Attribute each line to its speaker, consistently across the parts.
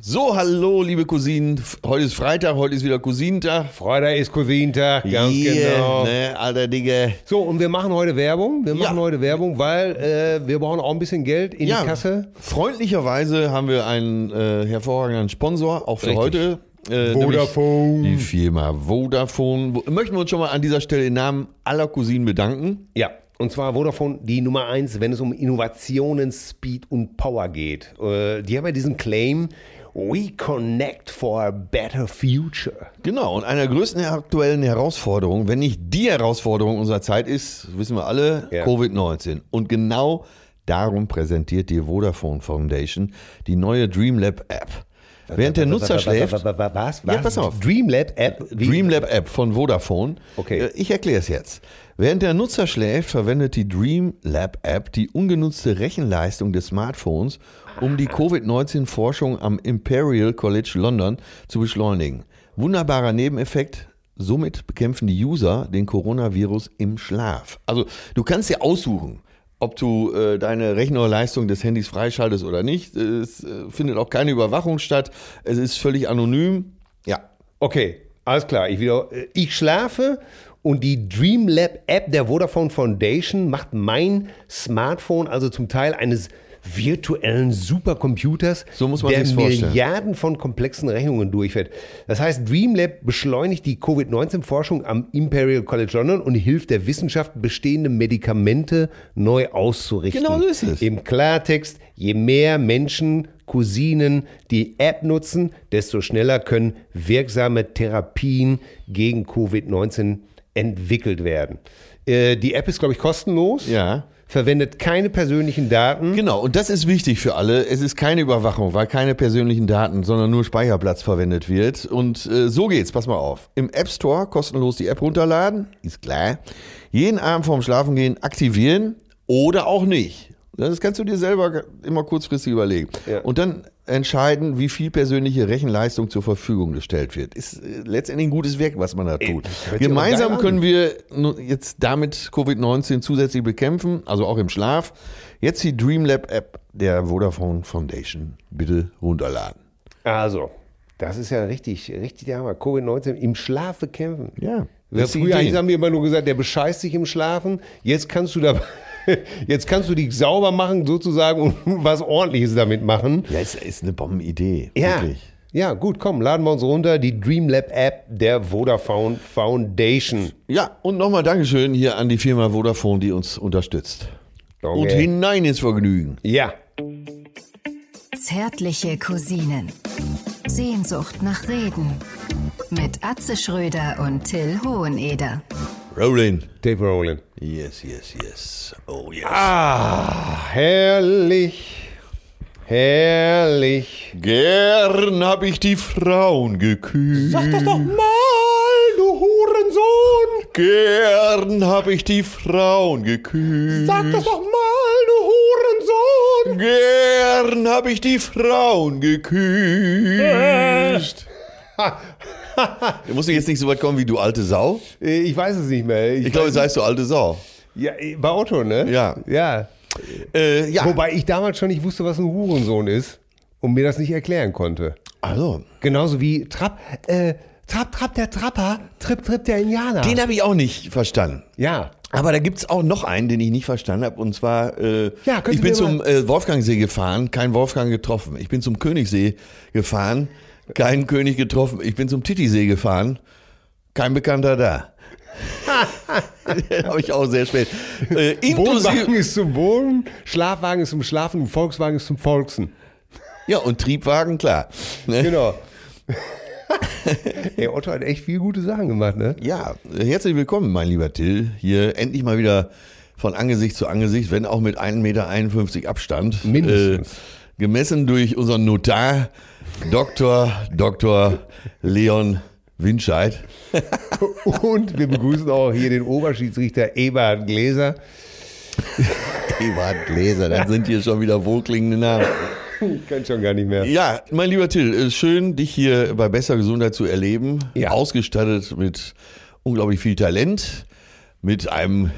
Speaker 1: So, hallo, liebe Cousinen. Heute ist Freitag, heute ist wieder Cousinentag.
Speaker 2: Freitag ist Cousintag, ganz
Speaker 1: Hier,
Speaker 2: genau.
Speaker 1: Ne, alter Digga.
Speaker 2: So, und wir machen heute Werbung. Wir machen
Speaker 1: Ja.
Speaker 2: heute Werbung, weil äh, wir brauchen auch ein bisschen Geld in die Kasse.
Speaker 1: Freundlicherweise haben wir einen äh, hervorragenden Sponsor, auch für
Speaker 2: Richtig.
Speaker 1: heute. Äh, nämlich Die
Speaker 2: Vodafone.
Speaker 1: Firma Vodafone. Wo- Möchten wir uns schon mal an dieser Stelle im Namen aller Cousinen bedanken.
Speaker 2: Ja, und zwar Vodafone die Nummer eins, wenn es um Innovationen, Speed und Power geht. Äh, die haben ja diesen Claim, we connect for a better future.
Speaker 1: Genau, und einer der größten aktuellen Herausforderungen, wenn nicht die Herausforderung unserer Zeit ist, wissen wir alle,
Speaker 2: Ja.
Speaker 1: Covid-19. Und genau darum präsentiert die Vodafone Foundation die neue DreamLab App. Während der Nutzer
Speaker 2: Was,
Speaker 1: schläft,
Speaker 2: was, was, was?
Speaker 1: Ja, pass auf.
Speaker 2: Dreamlab App. wie-
Speaker 1: DreamLab-App von Vodafone.
Speaker 2: Okay.
Speaker 1: Äh, Ich erkläre es jetzt. Während der Nutzer schläft, verwendet die DreamLab-App die ungenutzte Rechenleistung des Smartphones, um die Covid-19-Forschung am Imperial College London zu beschleunigen. Wunderbarer Nebeneffekt. Somit bekämpfen die User den Coronavirus im Schlaf. Also du kannst dir aussuchen, ob du äh, deine Rechnerleistung des Handys freischaltest oder nicht. Es äh, findet auch keine Überwachung statt. Es ist völlig anonym. Ja,
Speaker 2: Okay, alles klar. Ich, wieder, ich schlafe und die DreamLab App der Vodafone Foundation macht mein Smartphone also zum Teil eines virtuellen Supercomputers,
Speaker 1: So muss man
Speaker 2: der
Speaker 1: sich's vorstellen.
Speaker 2: Milliarden von komplexen Rechnungen durchfährt. Das heißt, DreamLab beschleunigt die Covid-19-Forschung am Imperial College London und hilft der Wissenschaft, bestehende Medikamente neu auszurichten.
Speaker 1: Genau so ist es.
Speaker 2: Im Klartext, je mehr Menschen, Cousinen die App nutzen, desto schneller können wirksame Therapien gegen Covid-19 entwickelt werden. Äh, die App ist, glaube ich, kostenlos.
Speaker 1: Ja.
Speaker 2: Verwendet keine persönlichen Daten.
Speaker 1: Genau, und das ist wichtig für alle. Es ist keine Überwachung, weil keine persönlichen Daten, sondern nur Speicherplatz verwendet wird. Und äh, so geht's, pass mal auf. Im App Store kostenlos die App runterladen, ist klar. Jeden Abend vorm Schlafengehen aktivieren oder auch nicht. Das kannst du dir selber immer kurzfristig überlegen.
Speaker 2: Ja.
Speaker 1: Und dann entscheiden, wie viel persönliche Rechenleistung zur Verfügung gestellt wird. Ist äh, letztendlich ein gutes Werk, was man da
Speaker 2: Äh,
Speaker 1: tut.
Speaker 2: hört sich aber geil
Speaker 1: Gemeinsam
Speaker 2: an.
Speaker 1: können können wir nu- jetzt damit Covid-19 zusätzlich bekämpfen, also auch im Schlaf. Jetzt die DreamLab App der Vodafone Foundation bitte runterladen.
Speaker 2: Also, das ist ja richtig, richtig der Hammer. Covid-19 im Schlaf bekämpfen.
Speaker 1: Ja, das
Speaker 2: Wir
Speaker 1: ist die
Speaker 2: früher
Speaker 1: Idee.
Speaker 2: haben wir immer nur gesagt, der bescheißt sich im Schlafen. Jetzt kannst du da, jetzt kannst du dich sauber machen sozusagen und was Ordentliches damit machen.
Speaker 1: Ja, es ist eine Bombenidee.
Speaker 2: Ja.
Speaker 1: Wirklich.
Speaker 2: Ja, gut, komm, laden wir uns runter die DreamLab App der Vodafone Foundation.
Speaker 1: Ja, und nochmal Dankeschön hier an die Firma Vodafone, die uns unterstützt.
Speaker 2: Danke.
Speaker 1: Und hinein ins Vergnügen.
Speaker 2: Ja.
Speaker 3: Zärtliche Cousinen. Sehnsucht nach Reden. Mit Atze Schröder und Till Hoheneder.
Speaker 1: Rolling.
Speaker 2: Dave Rowland.
Speaker 1: Yes, yes, yes. Oh, yes.
Speaker 2: Ah. Herrlich. Herrlich.
Speaker 1: Gern hab ich die Frauen geküsst.
Speaker 2: mal, du Hurensohn.
Speaker 1: Gern hab ich die Frauen geküsst.
Speaker 2: doch mal, du Hurensohn.
Speaker 1: Gern hab ich die Frauen geküsst. Da musst du jetzt nicht so weit kommen wie du alte Sau.
Speaker 2: Äh, Ich weiß es nicht mehr.
Speaker 1: Ich glaube, jetzt heißt du alte Sau.
Speaker 2: ja, bei Otto, ne?
Speaker 1: Ja.
Speaker 2: Ja.
Speaker 1: Äh, ja.
Speaker 2: Wobei ich damals schon nicht wusste, was ein Hurensohn ist und mir das nicht erklären konnte.
Speaker 1: Also,
Speaker 2: Genauso wie Trapp, äh, Trapp, Trapp der Trapper, Tripp, Tripp der Indianer.
Speaker 1: den habe ich auch nicht verstanden.
Speaker 2: ja.
Speaker 1: Aber da gibt's auch noch einen, den ich nicht verstanden habe. Und zwar, äh,
Speaker 2: Ja, können
Speaker 1: ich
Speaker 2: Sie
Speaker 1: bin
Speaker 2: mir
Speaker 1: zum
Speaker 2: mal-
Speaker 1: äh, Wolfgangsee gefahren, kein Wolfgang getroffen. Ich bin zum Königssee gefahren, kein König getroffen. Ich bin zum Titisee gefahren, kein Bekannter da. habe ich auch sehr spät. Äh,
Speaker 2: Wohnwagen
Speaker 1: inklusive,
Speaker 2: ist zum Wohnen, Schlafwagen ist zum Schlafen und Volkswagen ist zum Volksen.
Speaker 1: ja, und Triebwagen, klar. Ne?
Speaker 2: Genau. Ey, Otto hat echt viel gute Sachen gemacht, ne?
Speaker 1: Ja, herzlich willkommen, mein lieber Till. Hier endlich mal wieder von Angesicht zu Angesicht, wenn auch mit 1,51 Meter Abstand.
Speaker 2: Mindestens.
Speaker 1: Äh, gemessen durch unseren Notar, Dr. Dr. Leon Winscheid.
Speaker 2: Und wir begrüßen auch hier den Oberschiedsrichter Eberhard Gläser.
Speaker 1: Ewart Gläser, das sind hier schon wieder wohlklingende Namen.
Speaker 2: Ich kann schon gar nicht mehr.
Speaker 1: Ja, mein lieber Till, es ist schön, dich hier bei Besser Gesundheit zu erleben.
Speaker 2: Ja.
Speaker 1: Ausgestattet mit unglaublich viel Talent, mit einem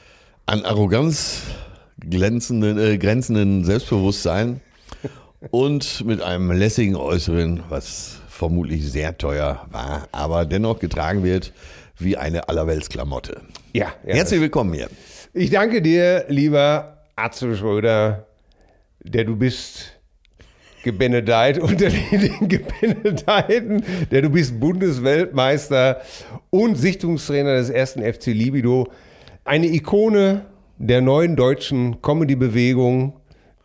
Speaker 1: an Arroganz glänzenden, äh, grenzenden Selbstbewusstsein und mit einem lässigen Äußeren, was vermutlich sehr teuer war, aber dennoch getragen wird wie eine Allerweltsklamotte.
Speaker 2: Ja, ja.
Speaker 1: Herzlich willkommen hier.
Speaker 2: Ich danke dir, lieber Atze Schröder, der du bist gebenedeit unter den Gebenedeiten, der du bist Bundesweltmeister und Sichtungstrainer des ersten FC Libido. Eine Ikone der neuen deutschen Comedy-Bewegung,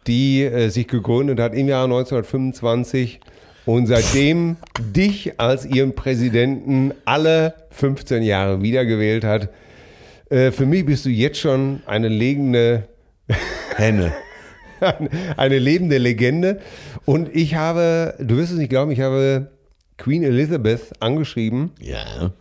Speaker 2: die äh, sich gegründet hat im Jahr 1925 und seitdem dich als ihren Präsidenten alle 15 Jahre wiedergewählt hat. Äh, für mich bist du jetzt schon eine legende
Speaker 1: Henne.
Speaker 2: eine lebende Legende. Und ich habe, du wirst es nicht glauben, ich habe Queen Elizabeth angeschrieben
Speaker 1: Ja.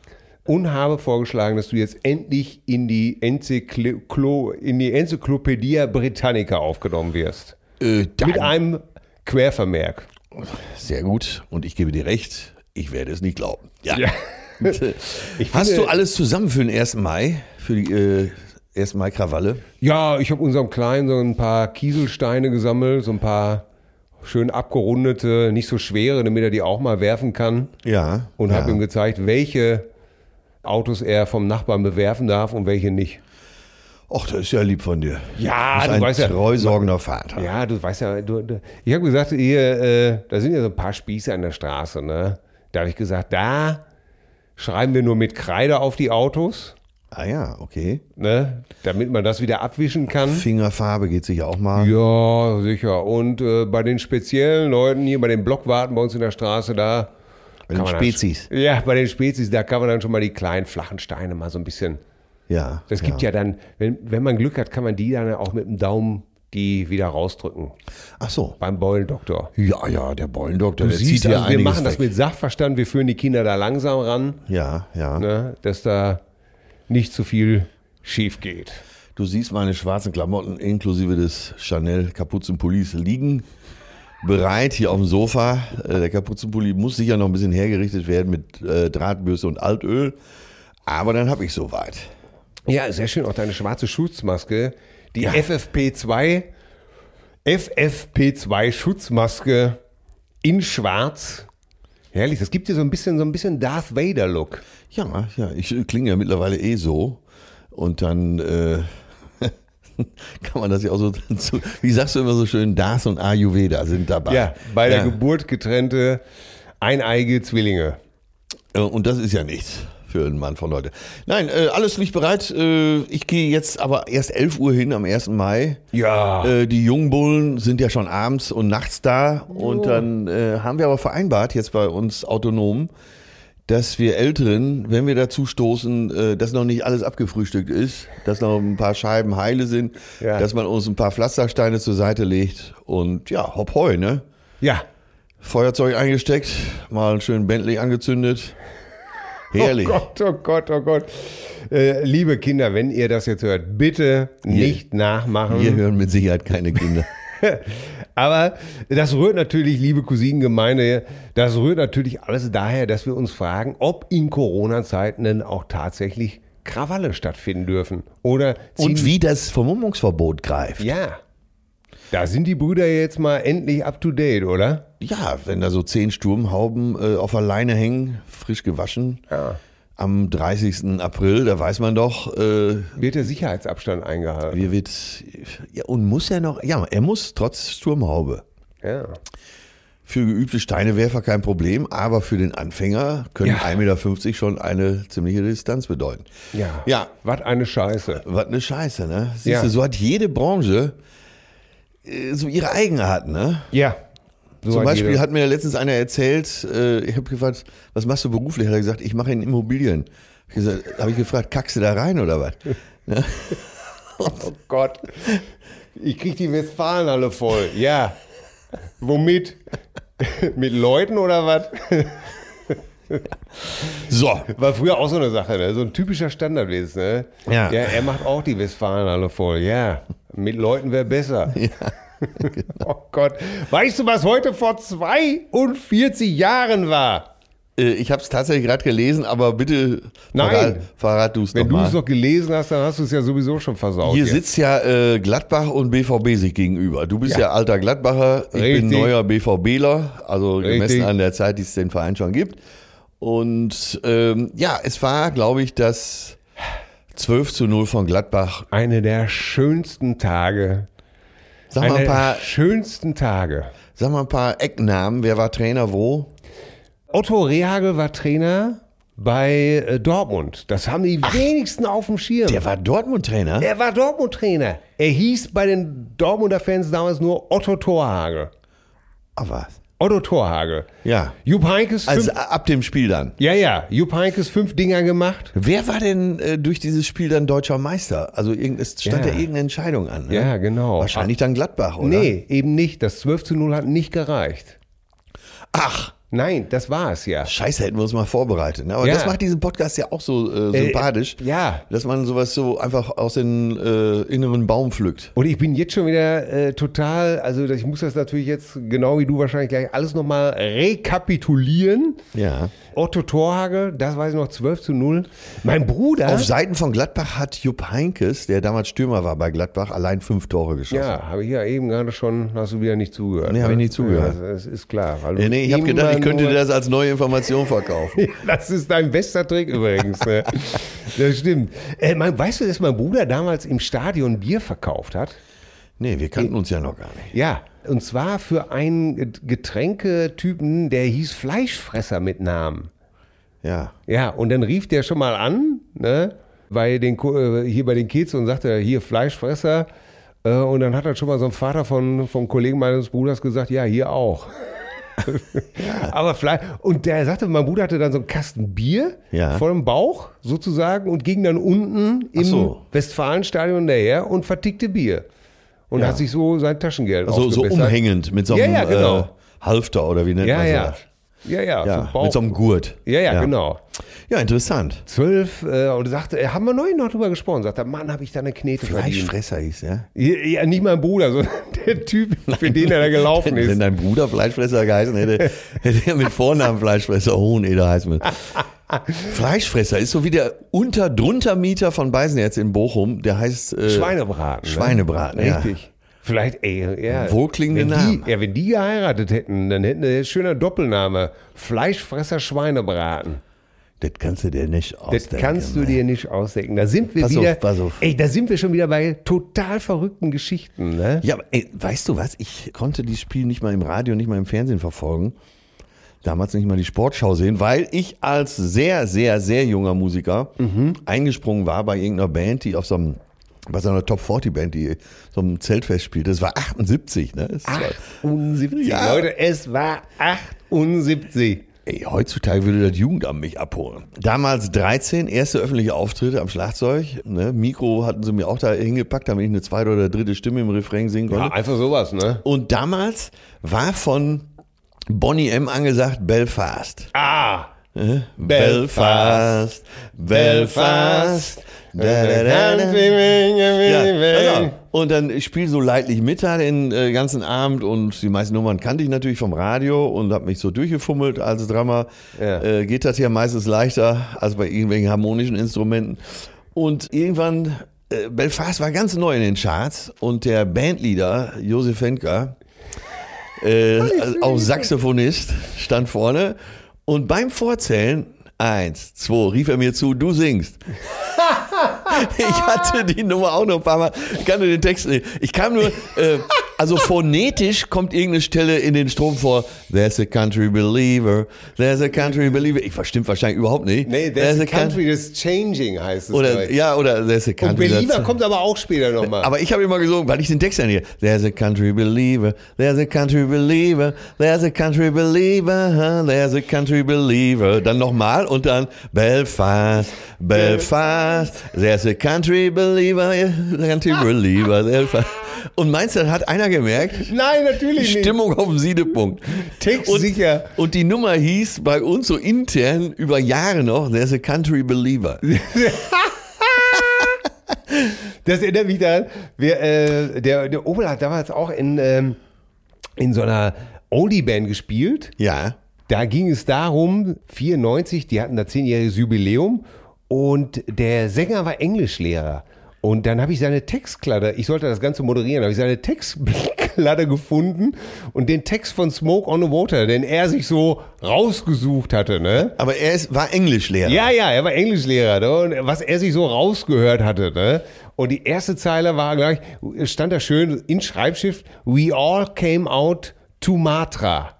Speaker 2: und habe vorgeschlagen, dass du jetzt endlich in die, Enzyklo, in die Enzyklopädie Britannica aufgenommen wirst.
Speaker 1: Äh,
Speaker 2: Mit
Speaker 1: danke.
Speaker 2: einem Quervermerk.
Speaker 1: Sehr gut. Und ich gebe dir recht, ich werde es nicht glauben. Ja.
Speaker 2: Ja.
Speaker 1: Hast
Speaker 2: finde-
Speaker 1: du alles zusammen für den 1. Mai? Für die äh, 1. Mai-Krawalle?
Speaker 2: Ja, ich habe unserem Kleinen so ein paar Kieselsteine gesammelt, so ein paar schön abgerundete, nicht so schwere, damit er die auch mal werfen kann.
Speaker 1: Ja.
Speaker 2: und
Speaker 1: ja.
Speaker 2: habe ihm gezeigt, welche Autos er vom Nachbarn bewerfen darf und welche nicht.
Speaker 1: Ach, das ist ja lieb von dir.
Speaker 2: Ja,
Speaker 1: du bist
Speaker 2: du
Speaker 1: ein
Speaker 2: weißt ja-
Speaker 1: treusorgender Vater.
Speaker 2: Ja, du weißt ja, du, du, ich habe gesagt, hier, äh, da sind ja so ein paar Spieße an der Straße, ne? Da habe ich gesagt, da schreiben wir nur mit Kreide auf die Autos,
Speaker 1: Ah ja, okay.
Speaker 2: ne? Damit man das wieder abwischen kann.
Speaker 1: Fingerfarbe geht sich auch mal.
Speaker 2: Ja, sicher. Und äh, bei den speziellen Leuten hier, bei den Blockwarten bei uns in der Straße, da
Speaker 1: Bei den
Speaker 2: kann man dann-
Speaker 1: Spezies.
Speaker 2: Ja, bei den Spezies, da kann man dann schon mal die kleinen flachen Steine mal so ein bisschen
Speaker 1: Ja.
Speaker 2: Das gibt ja, dann, wenn, wenn man Glück hat, kann man die dann auch mit dem Daumen die wieder rausdrücken.
Speaker 1: Ach so.
Speaker 2: Beim Beulendoktor.
Speaker 1: Ja, ja, der Bollendoktor, der zieht
Speaker 2: Siehst
Speaker 1: ja
Speaker 2: also, wir
Speaker 1: einiges
Speaker 2: machen das
Speaker 1: weg.
Speaker 2: mit Sachverstand, wir führen die Kinder da langsam ran,
Speaker 1: Ja, ja.
Speaker 2: ne, dass da nicht zu viel schief geht.
Speaker 1: Du siehst meine schwarzen Klamotten inklusive des Chanel Kapuzenpullis liegen bereit hier auf dem Sofa. Äh, Der Kapuzenpulli muss sicher noch ein bisschen hergerichtet werden mit äh, Drahtbürste und Altöl. Aber dann habe ich soweit.
Speaker 2: Ja, sehr schön, auch deine schwarze Schutzmaske, die
Speaker 1: Ja.
Speaker 2: FFP2, FFP2 Schutzmaske in schwarz. Herrlich, das gibt dir so ein bisschen, so ein bisschen Darth Vader Look.
Speaker 1: Ja, ja, ich klinge ja mittlerweile eh so. Und dann äh, kann man das ja auch so, zu, wie sagst du immer so schön, Das und Ayurveda sind dabei.
Speaker 2: Ja, bei der
Speaker 1: Ah. Ja.
Speaker 2: Geburt getrennte eineige Zwillinge.
Speaker 1: Äh, Und das ist ja nichts für einen Mann von heute. Nein, äh, alles liegt bereit. Äh, ich gehe jetzt aber erst 11 Uhr hin am 1. Mai.
Speaker 2: Ja.
Speaker 1: Äh, die Jungbullen sind ja schon abends und nachts da. Und dann äh, haben wir aber vereinbart, jetzt bei uns autonom, dass wir Älteren, wenn wir dazu stoßen, äh, dass noch nicht alles abgefrühstückt ist, dass noch ein paar Scheiben heile sind,
Speaker 2: Ja.
Speaker 1: dass man uns ein paar Pflastersteine zur Seite legt. Und ja, hopp heu, ne?
Speaker 2: Ja.
Speaker 1: Feuerzeug eingesteckt, mal einen schönen Bentley angezündet. Herrlich.
Speaker 2: Oh Gott, oh Gott, oh Gott. Äh, liebe Kinder, wenn ihr das jetzt hört, bitte nicht nachmachen.
Speaker 1: Wir hören mit Sicherheit keine Kinder.
Speaker 2: Aber das rührt natürlich, liebe Cousinengemeinde, das rührt natürlich alles daher, dass wir uns fragen, ob in Corona-Zeiten denn auch tatsächlich Krawalle stattfinden dürfen. Oder
Speaker 1: Und
Speaker 2: ziehen-
Speaker 1: wie das Vermummungsverbot greift.
Speaker 2: Ja. Da sind die Brüder jetzt mal endlich up to date, oder?
Speaker 1: Ja, wenn da so zehn Sturmhauben äh, auf der Leine hängen, frisch gewaschen, am 30. April, da weiß man doch, äh,
Speaker 2: Wird der Sicherheitsabstand eingehalten?
Speaker 1: wir wird. Ja, und muss er noch. Ja, er muss trotz Sturmhaube.
Speaker 2: Ja.
Speaker 1: Für geübte Steinewerfer kein Problem, aber für den Anfänger können
Speaker 2: Ja.
Speaker 1: 1,50 Meter schon eine ziemliche Distanz bedeuten.
Speaker 2: Ja.
Speaker 1: Ja.
Speaker 2: Was eine Scheiße.
Speaker 1: Was eine Scheiße, ne? Siehst
Speaker 2: Ja.
Speaker 1: du, so hat jede Branche äh, so ihre Eigenarten, ne?
Speaker 2: Ja. So
Speaker 1: Zum
Speaker 2: hat
Speaker 1: Beispiel
Speaker 2: jeder-
Speaker 1: hat mir ja letztens einer erzählt, äh, ich habe gefragt, was machst du beruflich? Hat er gesagt, ich mache in Immobilien. Hab ich gesagt- Hab ich gefragt, kackst du da rein oder was? Ne?
Speaker 2: Oh Gott. Ich krieg die Westfalenhalle voll. Ja. Womit? Mit Leuten oder was?
Speaker 1: So,
Speaker 2: War früher auch so eine Sache, ne? So ein typischer Standardwitz, ne?
Speaker 1: Ja.
Speaker 2: Ja, er macht auch die Westfalenhalle voll. Ja. Mit Leuten wäre besser. Ja.
Speaker 1: Genau.
Speaker 2: Oh Gott. Weißt du, was heute vor 42 Jahren war?
Speaker 1: Äh, Ich habe es tatsächlich gerade gelesen, aber bitte
Speaker 2: Nein.
Speaker 1: verrat, verrat du es
Speaker 2: Wenn du es
Speaker 1: nochmal.
Speaker 2: noch gelesen hast, dann hast du es ja sowieso schon versaut.
Speaker 1: Hier
Speaker 2: jetzt.
Speaker 1: sitzt ja äh, Gladbach und BVB sich gegenüber. Du bist ja,
Speaker 2: Ja.
Speaker 1: alter Gladbacher, ich bin
Speaker 2: Richtig.
Speaker 1: neuer BVBler, also gemessen
Speaker 2: Richtig.
Speaker 1: an der Zeit, die es den Verein schon gibt. Und ähm, ja, es war, glaube ich, das 12 zu 0 von Gladbach.
Speaker 2: Eine der schönsten Tage.
Speaker 1: Sag mal,
Speaker 2: Eine
Speaker 1: ein paar,
Speaker 2: der schönsten Tage.
Speaker 1: sag mal ein paar Ecknamen. Wer war Trainer wo?
Speaker 2: Otto Rehagel war Trainer bei äh, Dortmund. Das haben die wenigsten auf dem Schirm.
Speaker 1: Der war Dortmund-Trainer.
Speaker 2: er war Dortmund-Trainer. Er hieß bei den Dortmunder Fans damals nur Otto Torhagel.
Speaker 1: Aber
Speaker 2: Otto Torhagel.
Speaker 1: ja,
Speaker 2: Jupp Heinkes fünf,
Speaker 1: also ab dem Spiel dann.
Speaker 2: ja, ja, Jupp Heinkes fünf Dinger gemacht.
Speaker 1: Wer war denn äh, durch dieses Spiel dann deutscher Meister? Also irgend- es stand ja,
Speaker 2: Ja.
Speaker 1: irgendeine Entscheidung an. Ne?
Speaker 2: Ja, genau.
Speaker 1: Wahrscheinlich dann Gladbach, oder?
Speaker 2: Nee, eben nicht. Das 12 zu 0 hat nicht gereicht.
Speaker 1: Ach,
Speaker 2: Nein, das war es ja.
Speaker 1: scheiße, hätten wir uns mal vorbereitet. ne? Aber
Speaker 2: Ja.
Speaker 1: das macht diesen Podcast ja auch so äh,
Speaker 2: Äh,
Speaker 1: sympathisch,
Speaker 2: ja.
Speaker 1: dass man sowas so einfach aus dem äh, inneren Baum pflückt.
Speaker 2: Und ich bin jetzt schon wieder äh, total, also ich muss das natürlich jetzt, genau wie du wahrscheinlich gleich, alles nochmal rekapitulieren.
Speaker 1: Ja.
Speaker 2: Otto Torhage, das weiß ich noch, 12 zu 0. Mein Bruder.
Speaker 1: Auf Seiten von Gladbach hat Jupp Heinkes, der damals Stürmer war bei Gladbach, allein fünf Tore geschossen.
Speaker 2: ja, habe ich ja eben gerade schon, hast du wieder nicht zugehört.
Speaker 1: Nee, habe ich nicht zugehört.
Speaker 2: Ja, das ist klar. weil du
Speaker 1: Äh, nee, ich habe
Speaker 2: immer
Speaker 1: gedacht, ich könnte
Speaker 2: nur-
Speaker 1: das als neue Information verkaufen.
Speaker 2: Das ist dein bester Trick übrigens. Ne? Das stimmt. Äh, mein, weißt du, dass mein Bruder damals im Stadion Bier verkauft hat?
Speaker 1: Nee, wir
Speaker 2: Hm.
Speaker 1: kannten uns ja noch gar nicht.
Speaker 2: Ja, und zwar für einen Get- Getränketypen, der hieß Fleischfresser mit Namen.
Speaker 1: Ja.
Speaker 2: Ja, und dann rief der schon mal an, ne, bei den, Ko- äh, hier bei den Kids und sagte, hier Fleischfresser. Äh, Und dann hat dann schon mal so ein Vater von, vom Kollegen meines Bruders gesagt, ja, hier auch. Aber Fleisch. Und der sagte, mein Bruder hatte dann so einen Kasten Bier
Speaker 1: Ja.
Speaker 2: vor dem Bauch sozusagen und ging dann unten im
Speaker 1: so.
Speaker 2: Westfalenstadion daher und vertickte Bier. Und
Speaker 1: Ja.
Speaker 2: hat sich so sein Taschengeld
Speaker 1: So, Also so
Speaker 2: aufgebessert.
Speaker 1: umhängend mit so
Speaker 2: Ja,
Speaker 1: einem
Speaker 2: ja, genau.
Speaker 1: äh, Halfter oder wie nennt
Speaker 2: Ja,
Speaker 1: man
Speaker 2: ja.
Speaker 1: sowas?
Speaker 2: Ja, ja.
Speaker 1: Ja,
Speaker 2: so Bauch-
Speaker 1: mit so einem Gurt.
Speaker 2: ja, ja, genau.
Speaker 1: Ja, interessant.
Speaker 2: Zwölf äh, und sagte, äh, haben wir neulich noch drüber gesprochen, sagt er, Mann, habe ich da eine Knete verdient.
Speaker 1: Fleischfresser ist, ja.
Speaker 2: Ja, ja, nicht mein Bruder, sondern der Typ, für den er da gelaufen
Speaker 1: Wenn
Speaker 2: ist.
Speaker 1: dein Bruder Fleischfresser geheißen hätte, hätte er mit Vornamen Fleischfresser Hoheneder heißen müssen. Fleischfresser ist so wie der unter drunter Mieter von Beisenherz in Bochum, der heißt äh,
Speaker 2: Schweinebraten. ne?
Speaker 1: Schweinebraten, ja.
Speaker 2: Richtig. Vielleicht, ey, ja.
Speaker 1: Wohlklingende
Speaker 2: wenn
Speaker 1: Namen.
Speaker 2: Die, ja, wenn die geheiratet hätten, dann hätten die schöner Doppelname. Fleischfresser Schweinebraten.
Speaker 1: Das kannst du dir nicht
Speaker 2: Das
Speaker 1: ausdenken.
Speaker 2: kannst du dir nicht ausdenken. Da sind wir
Speaker 1: Pass auf,
Speaker 2: wieder.
Speaker 1: pass auf.
Speaker 2: Ey, da sind wir schon wieder bei total verrückten Geschichten, ne?
Speaker 1: Ja, aber, ey, weißt du was? Ich konnte dieses Spiel nicht mal im Radio, nicht mal im Fernsehen verfolgen. Damals nicht mal die Sportschau sehen, weil ich als sehr, sehr, sehr junger Musiker eingesprungen war bei irgendeiner Band, die auf so einem, bei so einer Top 40 Band, die so einem Zeltfest spielte. Das war 78, ne? Das war,
Speaker 2: 78.
Speaker 1: Ja.
Speaker 2: Leute, es war 78.
Speaker 1: ey, heutzutage würde das Jugendamt mich abholen. Damals 13, erste öffentliche Auftritte am Schlagzeug. Ne? Mikro hatten sie mir auch da hingepackt, damit ich eine zweite oder dritte Stimme im Refrain singen konnte.
Speaker 2: Ja, einfach sowas, ne?
Speaker 1: Und damals war von Bonnie M. angesagt Belfast.
Speaker 2: Ah!
Speaker 1: Belfast, Belfast. Da, da, da, da. Äh, Ja, pass auf. und dann ich spiel so leidlich mit da den äh, ganzen Abend und die meisten Nummern kannte ich natürlich vom Radio und habe mich so durchgefummelt als Drama.
Speaker 2: Ja.
Speaker 1: Äh, geht das ja meistens leichter als bei irgendwelchen harmonischen Instrumenten. Und irgendwann, äh, Belfast war ganz neu in den Charts und der Bandleader Josef Henker, äh, also auch Saxophonist, stand vorne. Und beim Vorzählen, eins, zwei, rief er mir zu, du singst. ich hatte die Nummer auch noch ein paar Mal, ich kannte den Text nicht. Ich kam nur, äh, also phonetisch kommt irgendeine Stelle in den Strom vor, there's a country believer, there's a country believer. Ich verstehe wahrscheinlich überhaupt nicht.
Speaker 2: Nee, there's a country that's changing, heißt es.
Speaker 1: Oder,
Speaker 2: direkt.
Speaker 1: ja, oder there's a
Speaker 2: Und
Speaker 1: country that's-
Speaker 2: Belieber kommt aber auch später nochmal.
Speaker 1: aber ich habe immer gesungen, weil ich den Text ja nicht. There's a country believer, there's a country believer, there's a country believer, huh, there's a country believer. Dann nochmal und dann Belfast, Belfast, there's a country believer, country believer, Belfast. Und meinst du, das hat einer gemerkt?
Speaker 2: Nein, natürlich
Speaker 1: Stimmung auf dem Siedepunkt.
Speaker 2: Text sicher.
Speaker 1: Und die Nummer hieß bei uns so intern über Jahre noch, there's a country believer.
Speaker 2: Das erinnert mich daran, wir, äh, der, der Opel hat damals auch in, ähm, in so einer Oldie-Band gespielt.
Speaker 1: Ja.
Speaker 2: Da ging es darum, 94, die hatten da zehnjähriges Jubiläum und der Sänger war Englischlehrer. Und dann habe ich seine Textkladder, ich sollte das Ganze moderieren, habe ich seine Textkladder gefunden und den Text von Smoke on the Water, den er sich so rausgesucht hatte, ne?
Speaker 1: Aber er ist, war Englischlehrer.
Speaker 2: Ja, ja, er war Englischlehrer, ne? Und was er sich so rausgehört hatte, ne? Und die erste Zeile war gleich, stand da schön in Schreibschrift, We all came out to Matra.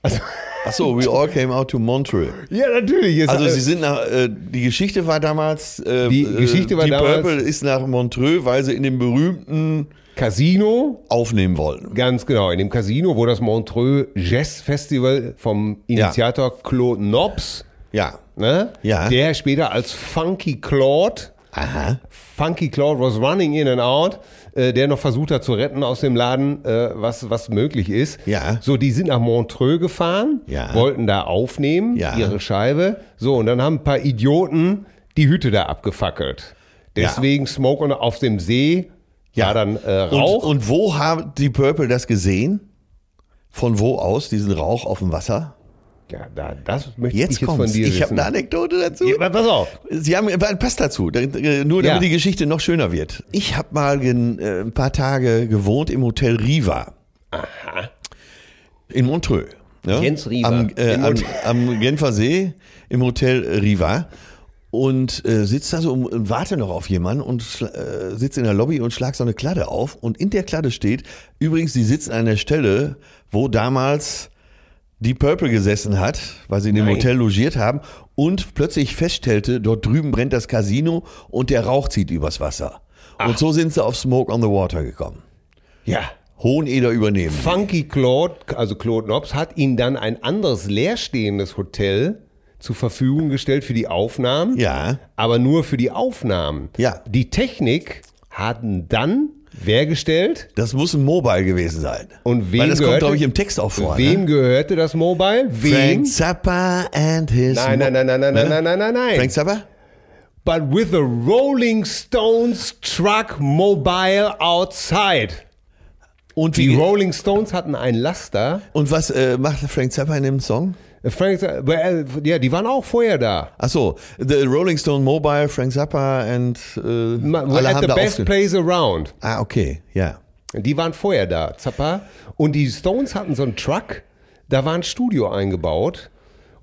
Speaker 2: Also,
Speaker 1: Achso, we all came out to Montreal.
Speaker 2: ja, natürlich. es-
Speaker 1: Also sie sind nach, äh, die Geschichte war damals, äh,
Speaker 2: Die
Speaker 1: äh,
Speaker 2: Geschichte war
Speaker 1: die
Speaker 2: damals-
Speaker 1: Purple ist nach Montreux, weil sie in dem berühmten
Speaker 2: Casino,
Speaker 1: aufnehmen wollten.
Speaker 2: Ganz genau, in dem Casino, wo das Montreux Jazz Festival vom Initiator Claude Nobs,
Speaker 1: Ja.
Speaker 2: ne,
Speaker 1: Ja.
Speaker 2: der später als Funky Claude,
Speaker 1: Aha.
Speaker 2: Funky Claude was running in and out, äh, der noch versucht hat zu retten aus dem Laden, äh, was, was möglich ist.
Speaker 1: Ja.
Speaker 2: So, die sind nach Montreux gefahren,
Speaker 1: Ja.
Speaker 2: wollten da aufnehmen,
Speaker 1: Ja.
Speaker 2: ihre Scheibe. So, und dann haben ein paar Idioten die Hütte da abgefackelt.
Speaker 1: Ja.
Speaker 2: Deswegen Smoke on, auf dem See, ja, dann äh,
Speaker 1: Und,
Speaker 2: Rauch.
Speaker 1: und wo haben die Purple das gesehen? Von wo aus, diesen Rauch auf dem Wasser?
Speaker 2: ja, da, das möchte
Speaker 1: Jetzt
Speaker 2: ich jetzt von
Speaker 1: kommt's.
Speaker 2: dir
Speaker 1: Ich habe
Speaker 2: wissen.
Speaker 1: eine Anekdote dazu.
Speaker 2: Ja, pass auf.
Speaker 1: Sie haben, passt dazu, da- äh, nur damit
Speaker 2: Ja.
Speaker 1: die Geschichte noch schöner wird. Ich habe mal gen, äh, ein paar Tage gewohnt im Hotel Riva. In Montreux. ne?
Speaker 2: Jens Riva.
Speaker 1: Am, äh,
Speaker 2: Im
Speaker 1: am,
Speaker 2: Hotel-
Speaker 1: am Genfer See im Hotel Riva. Und äh, sitzt da so um, und warte noch auf jemanden und schla- äh, sitzt in der Lobby und schlag so eine Kladde auf. Und in der Kladde steht, übrigens, die sitzt an der Stelle, wo damals die Purple gesessen hat, weil sie in dem
Speaker 2: Nein.
Speaker 1: Hotel logiert haben und plötzlich feststellte, dort drüben brennt das Casino und der Rauch zieht übers Wasser. Und so sind sie auf Smoke on the Water gekommen.
Speaker 2: Ja.
Speaker 1: Hoheneder übernehmen.
Speaker 2: Funky Claude, also Claude Nobs, hat ihnen dann ein anderes leerstehendes Hotel zur Verfügung gestellt für die Aufnahmen.
Speaker 1: Ja.
Speaker 2: Aber nur für die Aufnahmen.
Speaker 1: Ja.
Speaker 2: Die Technik hatten dann wer gestellt
Speaker 1: Das muss ein Mobile gewesen sein.
Speaker 2: und wem
Speaker 1: Weil das kommt,
Speaker 2: gehörte,
Speaker 1: glaube ich, im Text auch vor.
Speaker 2: Wem
Speaker 1: ne?
Speaker 2: gehörte das Mobile? Wem?
Speaker 1: Frank Zappa and his. Ne?
Speaker 2: Nein, nein, nein, nein, nein, nein, nein, nein, nein, nein.
Speaker 1: Frank Zappa?
Speaker 2: But with the Rolling Stones truck mobile outside.
Speaker 1: Und,
Speaker 2: Die
Speaker 1: wie,
Speaker 2: Rolling Stones hatten einen Laster.
Speaker 1: und was äh, macht Frank Zappa in dem Song?
Speaker 2: Äh, Frank, well, ja, die waren auch vorher da.
Speaker 1: Achso, The Rolling Stone Mobile, Frank Zappa and. Äh,
Speaker 2: Ma-
Speaker 1: alle
Speaker 2: at
Speaker 1: haben
Speaker 2: the
Speaker 1: da
Speaker 2: best
Speaker 1: aufge-
Speaker 2: place around.
Speaker 1: Ah, okay, ja.
Speaker 2: Die waren vorher da, Zappa. Und die Stones hatten so einen Truck, da war ein Studio eingebaut.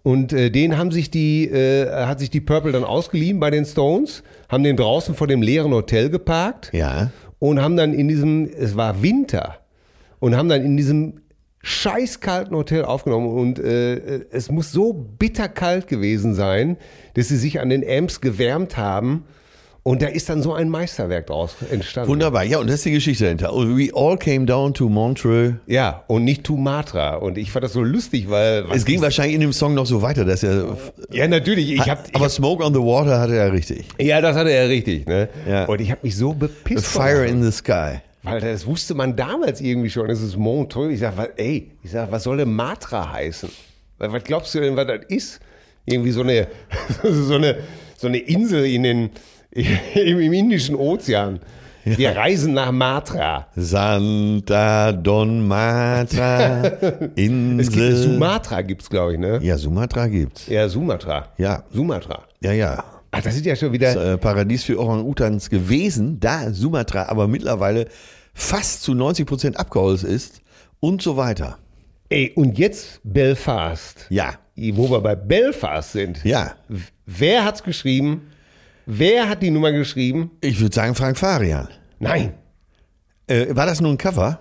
Speaker 2: Und äh, den haben sich die, äh, hat sich die Purple dann ausgeliehen bei den Stones, haben den draußen vor dem leeren Hotel geparkt
Speaker 1: Ja.
Speaker 2: und haben dann in diesem, es war Winter, und haben dann in diesem scheißkalten Hotel aufgenommen und äh, es muss so bitterkalt gewesen sein, dass sie sich an den Amps gewärmt haben und da ist dann so ein Meisterwerk draus entstanden.
Speaker 1: Wunderbar, ja, und das ist die Geschichte dahinter. Und We all came down to Montreux.
Speaker 2: Ja, und nicht Tumatra. Und ich fand das so lustig, weil.
Speaker 1: Es ging wahrscheinlich in dem Song noch so weiter, dass er.
Speaker 2: ja, natürlich. Ich hab, ich
Speaker 1: aber Smoke on the Water hatte er richtig.
Speaker 2: hab, ja, das hatte er richtig. Ne?
Speaker 1: Ja.
Speaker 2: Und ich habe mich so bepisst.
Speaker 1: Fire
Speaker 2: von-
Speaker 1: in the Sky.
Speaker 2: weil das wusste man damals irgendwie schon. Es ist Montreux. Ich sag, was, ey, ich sag, was soll denn Matra heißen? Was, was glaubst du denn, was das ist? Irgendwie so eine, so eine, so eine Insel in den, im, im Indischen Ozean. Wir reisen nach Matra.
Speaker 1: Santa Don Matra, Insel.
Speaker 2: Es gibt, Sumatra gibt's, glaube ich, ne?
Speaker 1: ja, Sumatra gibt's.
Speaker 2: Ja, Sumatra.
Speaker 1: Ja.
Speaker 2: Sumatra.
Speaker 1: Ja, ja.
Speaker 2: Ach, das ist ja schon wieder.
Speaker 1: Das, äh, Paradies für Orang-Utans gewesen, da Sumatra aber mittlerweile fast zu 90 Prozent abgeholzt ist und so weiter.
Speaker 2: Ey, und jetzt Belfast.
Speaker 1: Ja.
Speaker 2: Wo wir bei Belfast sind.
Speaker 1: Ja.
Speaker 2: W- Wer hat's geschrieben? Wer hat die Nummer geschrieben?
Speaker 1: Ich würde sagen Frank Farian.
Speaker 2: Nein.
Speaker 1: Äh, war das nur ein Cover?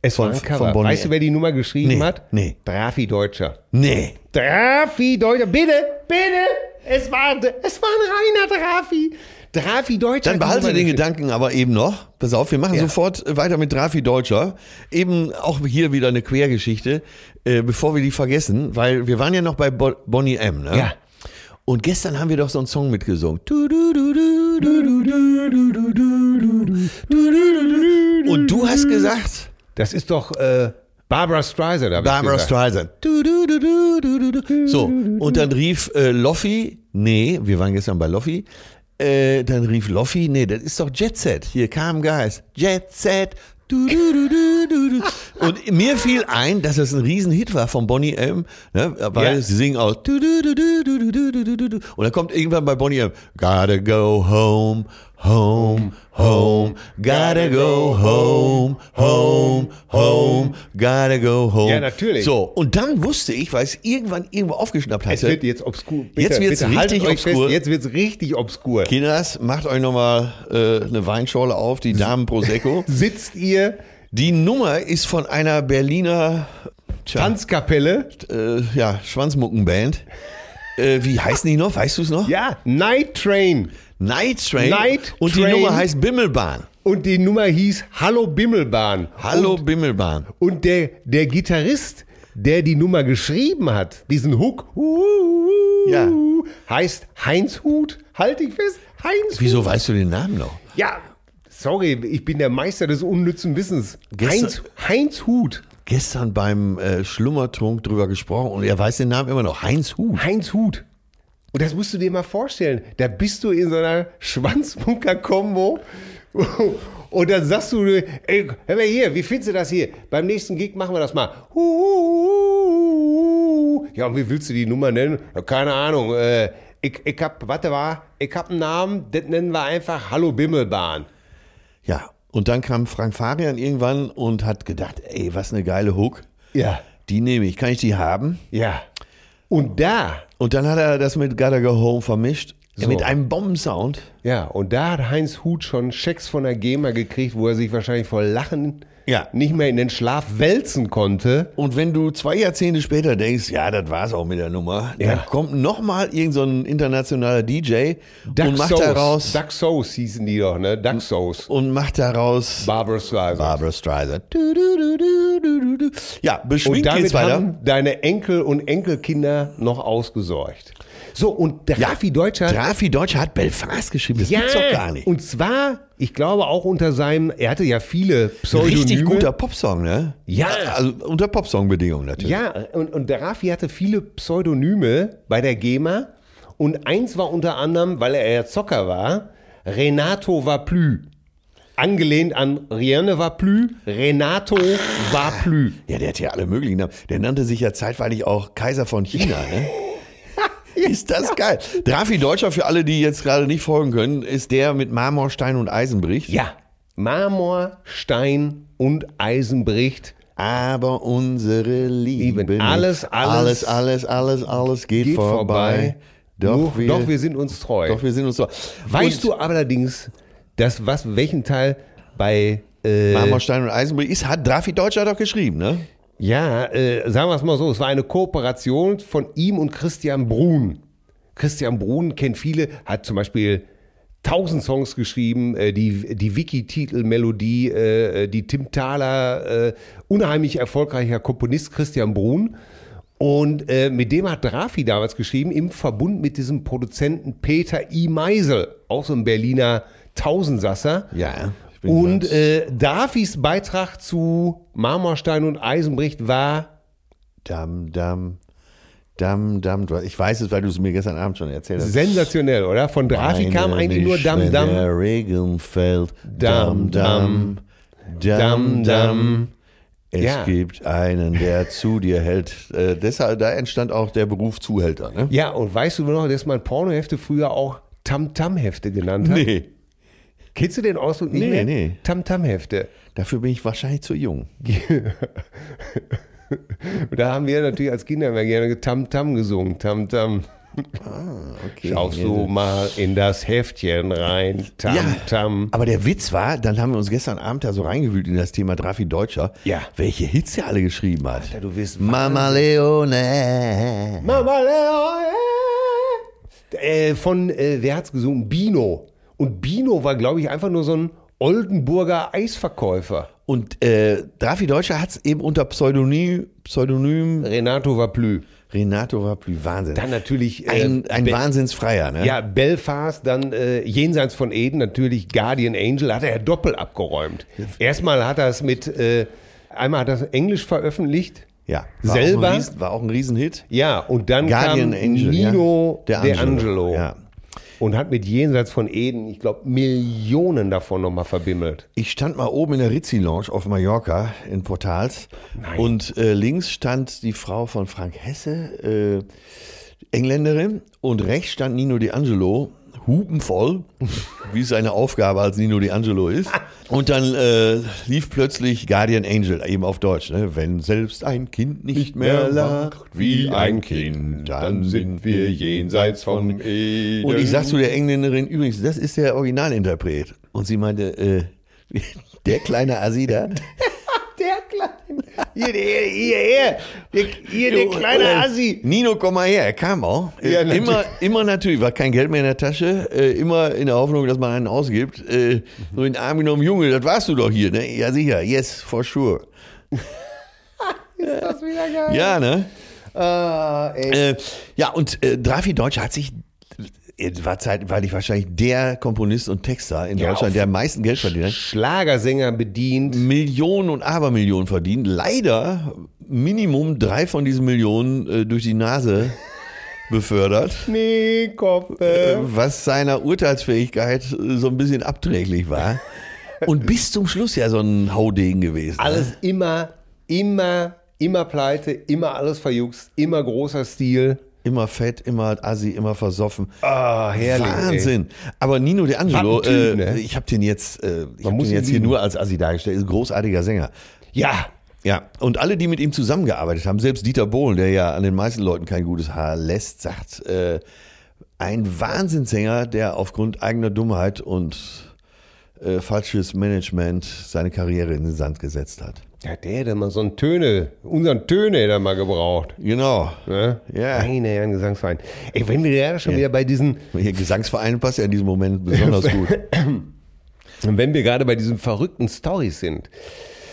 Speaker 2: Es war
Speaker 1: Von-
Speaker 2: ein Cover.
Speaker 1: von Bonnier.
Speaker 2: weißt du, wer die Nummer geschrieben
Speaker 1: Nee,
Speaker 2: hat?
Speaker 1: nee.
Speaker 2: Drafi Deutscher.
Speaker 1: Nee.
Speaker 2: Drafi Deutscher. Bitte, bitte. Es war, es war ein reiner Drafi. Drafi
Speaker 1: Dann
Speaker 2: Deutscher. hat die
Speaker 1: behalte
Speaker 2: Nummer
Speaker 1: den
Speaker 2: geschrieben.
Speaker 1: Gedanken aber eben noch. Pass auf, wir machen sofort weiter mit Drafi Deutscher. Eben auch hier wieder eine Quergeschichte, äh, bevor wir die vergessen, weil wir waren ja noch bei Bo Bonnie M. Ne?
Speaker 2: Ja.
Speaker 1: Und gestern haben wir doch so einen Song mitgesungen. Du, du, du, du, du, du, du, du, du, du, du, du, du, du. Und du hast gesagt,
Speaker 2: Das ist doch äh, Barbara Streisand. hab ich
Speaker 1: Barbara
Speaker 2: gesagt.
Speaker 1: Streisand. Du, du, du, du, du, du, du. So, und dann rief äh, Loffi, nee, wir waren gestern bei Loffi, äh, dann rief Loffi, nee, das ist doch Jet Set. Hier kam Geist. Jet Set. Du, Du, du, du, du, du, du. Und mir fiel ein, dass es ein Riesenhit war von Bonnie M. Ne? Weil
Speaker 2: Ja.
Speaker 1: sie singen auch. Du, du, du, du, du, du, du, du, du, du. Und dann kommt irgendwann bei Bonnie M. Gotta go home, home, home. Gotta go home, home, home. Gotta go home.
Speaker 2: Ja, natürlich.
Speaker 1: So, und dann wusste ich, weil ich es irgendwann irgendwo aufgeschnappt hatte.
Speaker 2: Es wird jetzt obskur. Bitte,
Speaker 1: Jetzt wird's
Speaker 2: bitte haltet
Speaker 1: richtig
Speaker 2: euch fest,
Speaker 1: obskur.
Speaker 2: Jetzt wird es richtig obskur.
Speaker 1: Kinders, macht euch nochmal äh, eine Weinschorle auf, die Damen Prosecco.
Speaker 2: Sitzt ihr
Speaker 1: Die Nummer ist von einer Berliner tja,
Speaker 2: Tanzkapelle?
Speaker 1: äh, ja, Schwanzmuckenband. Äh, wie heißen die noch? Weißt du es noch?
Speaker 2: Ja, Night Train.
Speaker 1: Night Train.
Speaker 2: Night
Speaker 1: und die
Speaker 2: Train.
Speaker 1: Nummer heißt Bimmelbahn.
Speaker 2: Und die Nummer hieß Hallo Bimmelbahn.
Speaker 1: Hallo Bimmelbahn.
Speaker 2: Und der, der Gitarrist, der die Nummer geschrieben hat, diesen Hook, uh,
Speaker 1: Ja.
Speaker 2: heißt Heinz Huth. Halt dich fest, Heinz
Speaker 1: Wieso
Speaker 2: Huth.
Speaker 1: weißt du den Namen noch?
Speaker 2: Ja, sorry, ich bin der Meister des unnützen Wissens. Heinz,
Speaker 1: Gestern-
Speaker 2: Heinz Huth.
Speaker 1: Gestern beim äh, Schlummertrunk drüber gesprochen und er weiß den Namen immer noch. Heinz Huth.
Speaker 2: Heinz Huth. Und das musst du dir mal vorstellen. Da bist du in so einer Schwanzbunker-Kombo. Und dann sagst du, ey, hör mal hier, wie findest du das hier? Beim nächsten Gig machen wir das mal. Huhuhuhu. Ja, und wie willst du die Nummer nennen? Ja, Keine Ahnung. Äh, ich, ich hab, warte war, ich hab einen Namen, das nennen wir einfach Hallo Bimmelbahn.
Speaker 1: Ja. Und dann kam Frank Farian irgendwann und hat gedacht, ey, was eine geile Hook.
Speaker 2: Ja.
Speaker 1: Die nehme ich. Kann ich die haben?
Speaker 2: Ja. Und da,
Speaker 1: Und dann hat er das mit Gotta Go Home vermischt.
Speaker 2: So.
Speaker 1: Mit einem Bombensound.
Speaker 2: ja, und da hat Heinz Huth schon Schecks von der GEMA gekriegt, wo er sich wahrscheinlich vor Lachen
Speaker 1: Ja.
Speaker 2: nicht mehr in den Schlaf wälzen konnte.
Speaker 1: Und wenn du zwei Jahrzehnte später denkst, ja, das war's auch mit der Nummer,
Speaker 2: Ja.
Speaker 1: dann kommt nochmal irgendein so ein internationaler DJ und macht daraus
Speaker 2: Duck Sauce hießen die doch, ne? Duck Sauce.
Speaker 1: und macht daraus
Speaker 2: Barbara Streisand.
Speaker 1: Barbara Streisand. Du, du, du, du, du, du, du. Ja,
Speaker 2: Und
Speaker 1: beschwingt geht's
Speaker 2: damit
Speaker 1: weiter.
Speaker 2: haben deine Enkel und Enkelkinder noch ausgesorgt. So, und der Raffi Deutscher.
Speaker 1: Trafi Deutscher hat Belfast geschrieben, das gibt's doch gar nicht.
Speaker 2: Und zwar, ich glaube auch unter seinem, er hatte ja viele Pseudonyme.
Speaker 1: Richtig guter Popsong, ne?
Speaker 2: Ja.
Speaker 1: Also unter Popsong-Bedingungen natürlich.
Speaker 2: Ja, und, und der Raffi hatte viele Pseudonyme bei der GEMA. Und eins war unter anderem, weil er ja Zocker war, Renato war plü. Angelehnt an Rien ne va plus, Renato va plus.
Speaker 1: Ja, der hat ja alle möglichen Namen. Der nannte sich ja zeitweilig auch Kaiser von China, ne? Ist das geil. Drafi Deutscher, für alle, die jetzt gerade nicht folgen können, ist der mit Marmor, Stein und Eisen bricht.
Speaker 2: Ja, Marmor, Stein und Eisenbricht.
Speaker 1: Aber unsere Liebe.
Speaker 2: Lieben, alles,
Speaker 1: nicht. alles,
Speaker 2: alles-
Speaker 1: alles, alles, alles geht,
Speaker 2: Geht
Speaker 1: vorbei.
Speaker 2: vorbei.
Speaker 1: Doch,
Speaker 2: Nur-
Speaker 1: wir,
Speaker 2: doch, wir sind uns treu.
Speaker 1: doch, wir sind uns so.
Speaker 2: weißt du allerdings, dass was, welchen Teil bei äh,
Speaker 1: Marmor, Stein und Eisen bricht, ist, hat Drafi Deutscher doch geschrieben, ne?
Speaker 2: Ja, äh, sagen wir es mal so, es war eine Kooperation von ihm und Christian Brun. Christian Brun kennt viele, hat zum Beispiel tausend Songs geschrieben, äh, die, die Wiki-Titel-Melodie, äh, die Tim Thaler, äh, unheimlich erfolgreicher Komponist Christian Brun. Und äh, mit dem hat Drafi damals geschrieben, im Verbund mit diesem Produzenten Peter I. Meisel, auch so ein Berliner Tausendsasser.
Speaker 1: Ja. ich bin
Speaker 2: Und
Speaker 1: gespannt.
Speaker 2: äh, Darfis Beitrag zu Marmorstein und Eisenbricht war,
Speaker 1: Dam, dam, dam, dam. Ich weiß es, weil du es mir gestern Abend schon erzählt hast.
Speaker 2: sensationell, oder? Von Dafi kam eigentlich nur Dam
Speaker 1: Wenn
Speaker 2: Dam.
Speaker 1: Der Regen fällt.
Speaker 2: Dam,
Speaker 1: Dam, dam,
Speaker 2: Dam,
Speaker 1: dam,
Speaker 2: dam.
Speaker 1: dam. Es
Speaker 2: Ja.
Speaker 1: gibt einen, der zu dir hält. Äh, deshalb, da entstand auch der Beruf Zuhälter, ne?
Speaker 2: Ja, und weißt du noch, dass man Pornohefte früher auch Tam-Tam-Hefte genannt hat?
Speaker 1: Nee,
Speaker 2: Kennst du den Ausdruck nicht
Speaker 1: Nee,
Speaker 2: mehr?
Speaker 1: nee.
Speaker 2: Tam-Tam-Hefte.
Speaker 1: dafür bin ich wahrscheinlich zu jung.
Speaker 2: Und da haben wir natürlich als Kinder immer gerne Tam-Tam gesungen. Tam-Tam.
Speaker 1: Okay.
Speaker 2: Schaust du mal in das Heftchen rein.
Speaker 1: Ja,
Speaker 2: Tam-Tam.
Speaker 1: aber der Witz war, dann haben wir uns gestern Abend da so reingewühlt in das Thema Drafi Deutscher,
Speaker 2: Ja.
Speaker 1: welche Hits er alle geschrieben hat.
Speaker 2: Alter, du wirst
Speaker 1: Mama Leone.
Speaker 2: Mama Leon. Äh, von, äh, wer hat's gesungen? Bino. Und Bino war, glaube ich, einfach nur so ein Oldenburger Eisverkäufer.
Speaker 1: Und äh, Drafi Deutscher hat es eben unter Pseudonym, Pseudonym
Speaker 2: Renato Vaplü.
Speaker 1: Renato Rapli, Wahnsinn.
Speaker 2: Dann natürlich äh,
Speaker 1: ein ein
Speaker 2: Be-
Speaker 1: Wahnsinnsfreier, ne?
Speaker 2: ja, Belfast, dann äh, jenseits von Eden natürlich Guardian Angel, hat er ja doppelt abgeräumt. Erstmal hat er es mit, äh, einmal hat er es englisch veröffentlicht,
Speaker 1: ja. War Auch
Speaker 2: selber,
Speaker 1: ein Riesen, war auch ein Riesenhit.
Speaker 2: ja, und dann
Speaker 1: Guardian
Speaker 2: kam
Speaker 1: Angel.
Speaker 2: Nino
Speaker 1: ja.
Speaker 2: De Angelo.
Speaker 1: Ja.
Speaker 2: und hat mit Jenseits von Eden, ich glaube, Millionen davon nochmal verbimmelt.
Speaker 1: Ich stand mal oben in der Rizzi-Lounge auf Mallorca in Portals und äh, links stand die Frau von Frank Hesse, äh, Engländerin, und rechts stand Nino D'Angelo, hupenvoll, wie es seine Aufgabe als Nino D'Angelo ist. Und dann äh, lief plötzlich Guardian Angel, eben auf Deutsch, ne? wenn selbst ein Kind nicht, mehr lacht wie ein Kind, dann sind wir jenseits von
Speaker 2: Eden.
Speaker 1: und ich sag zu der Engländerin, übrigens, das ist der Originalinterpret. Und sie meinte, äh, der kleine Assi da.
Speaker 2: der kleine. Hier, hier, hier, hier. Der, hier, der kleine Assi.
Speaker 1: äh, Nino, komm mal her. Er kam auch. Äh,
Speaker 2: Ja, natürlich.
Speaker 1: immer, immer natürlich, war kein Geld mehr in der Tasche. Äh, immer in der Hoffnung, dass man einen ausgibt. Äh, so in den Arm genommen, Junge, das warst du doch hier, ne? Ja, sicher. Yes, for sure.
Speaker 2: Ist das wieder geil?
Speaker 1: Ja, ne?
Speaker 2: Ah, ey.
Speaker 1: Äh, ja, und äh, Drafi Deutsch hat sich, äh, war zeitweilig wahrscheinlich der Komponist und Texter in
Speaker 2: Ja, auf-
Speaker 1: Deutschland, der am meisten Geld verdient hat.
Speaker 2: Schlagersänger bedient.
Speaker 1: Millionen und Abermillionen verdient. Leider Minimum drei von diesen Millionen äh, durch die Nase befördert, äh,
Speaker 2: Schneekoppe.
Speaker 1: was seiner Urteilsfähigkeit äh, so ein bisschen abträglich war. Und bis zum Schluss ja so ein Haudegen gewesen. ne?
Speaker 2: Alles immer, immer, immer pleite, immer alles verjuckst, immer großer Stil.
Speaker 1: Immer fett, immer assi, immer versoffen.
Speaker 2: Ah, herrlich. Ey.
Speaker 1: Wahnsinn. Aber Nino De Angelo,
Speaker 2: Was ein Typ,
Speaker 1: äh,
Speaker 2: ne?
Speaker 1: ich habe den jetzt, äh, ich hab
Speaker 2: muss
Speaker 1: den
Speaker 2: ihn
Speaker 1: jetzt hier
Speaker 2: lieben.
Speaker 1: nur als assi dargestellt. Ist ein großartiger Sänger.
Speaker 2: Ja,
Speaker 1: Ja, und alle, die mit ihm zusammengearbeitet haben, selbst Dieter Bohlen, der ja an den meisten Leuten kein gutes Haar lässt, sagt, äh, ein Wahnsinnssänger, der aufgrund eigener Dummheit und äh, falsches Management seine Karriere in den Sand gesetzt hat.
Speaker 2: Ja, der hätte mal so einen Töne, unseren Töne hätte er mal gebraucht.
Speaker 1: Genau.
Speaker 2: Ne?
Speaker 1: Ja.
Speaker 2: Meine Herren Gesangsverein. Ey, wenn wir gerade schon wieder bei diesen,
Speaker 1: Hier Gesangsverein passt ja in diesem Moment besonders gut.
Speaker 2: wenn wir gerade bei diesen verrückten Stories sind.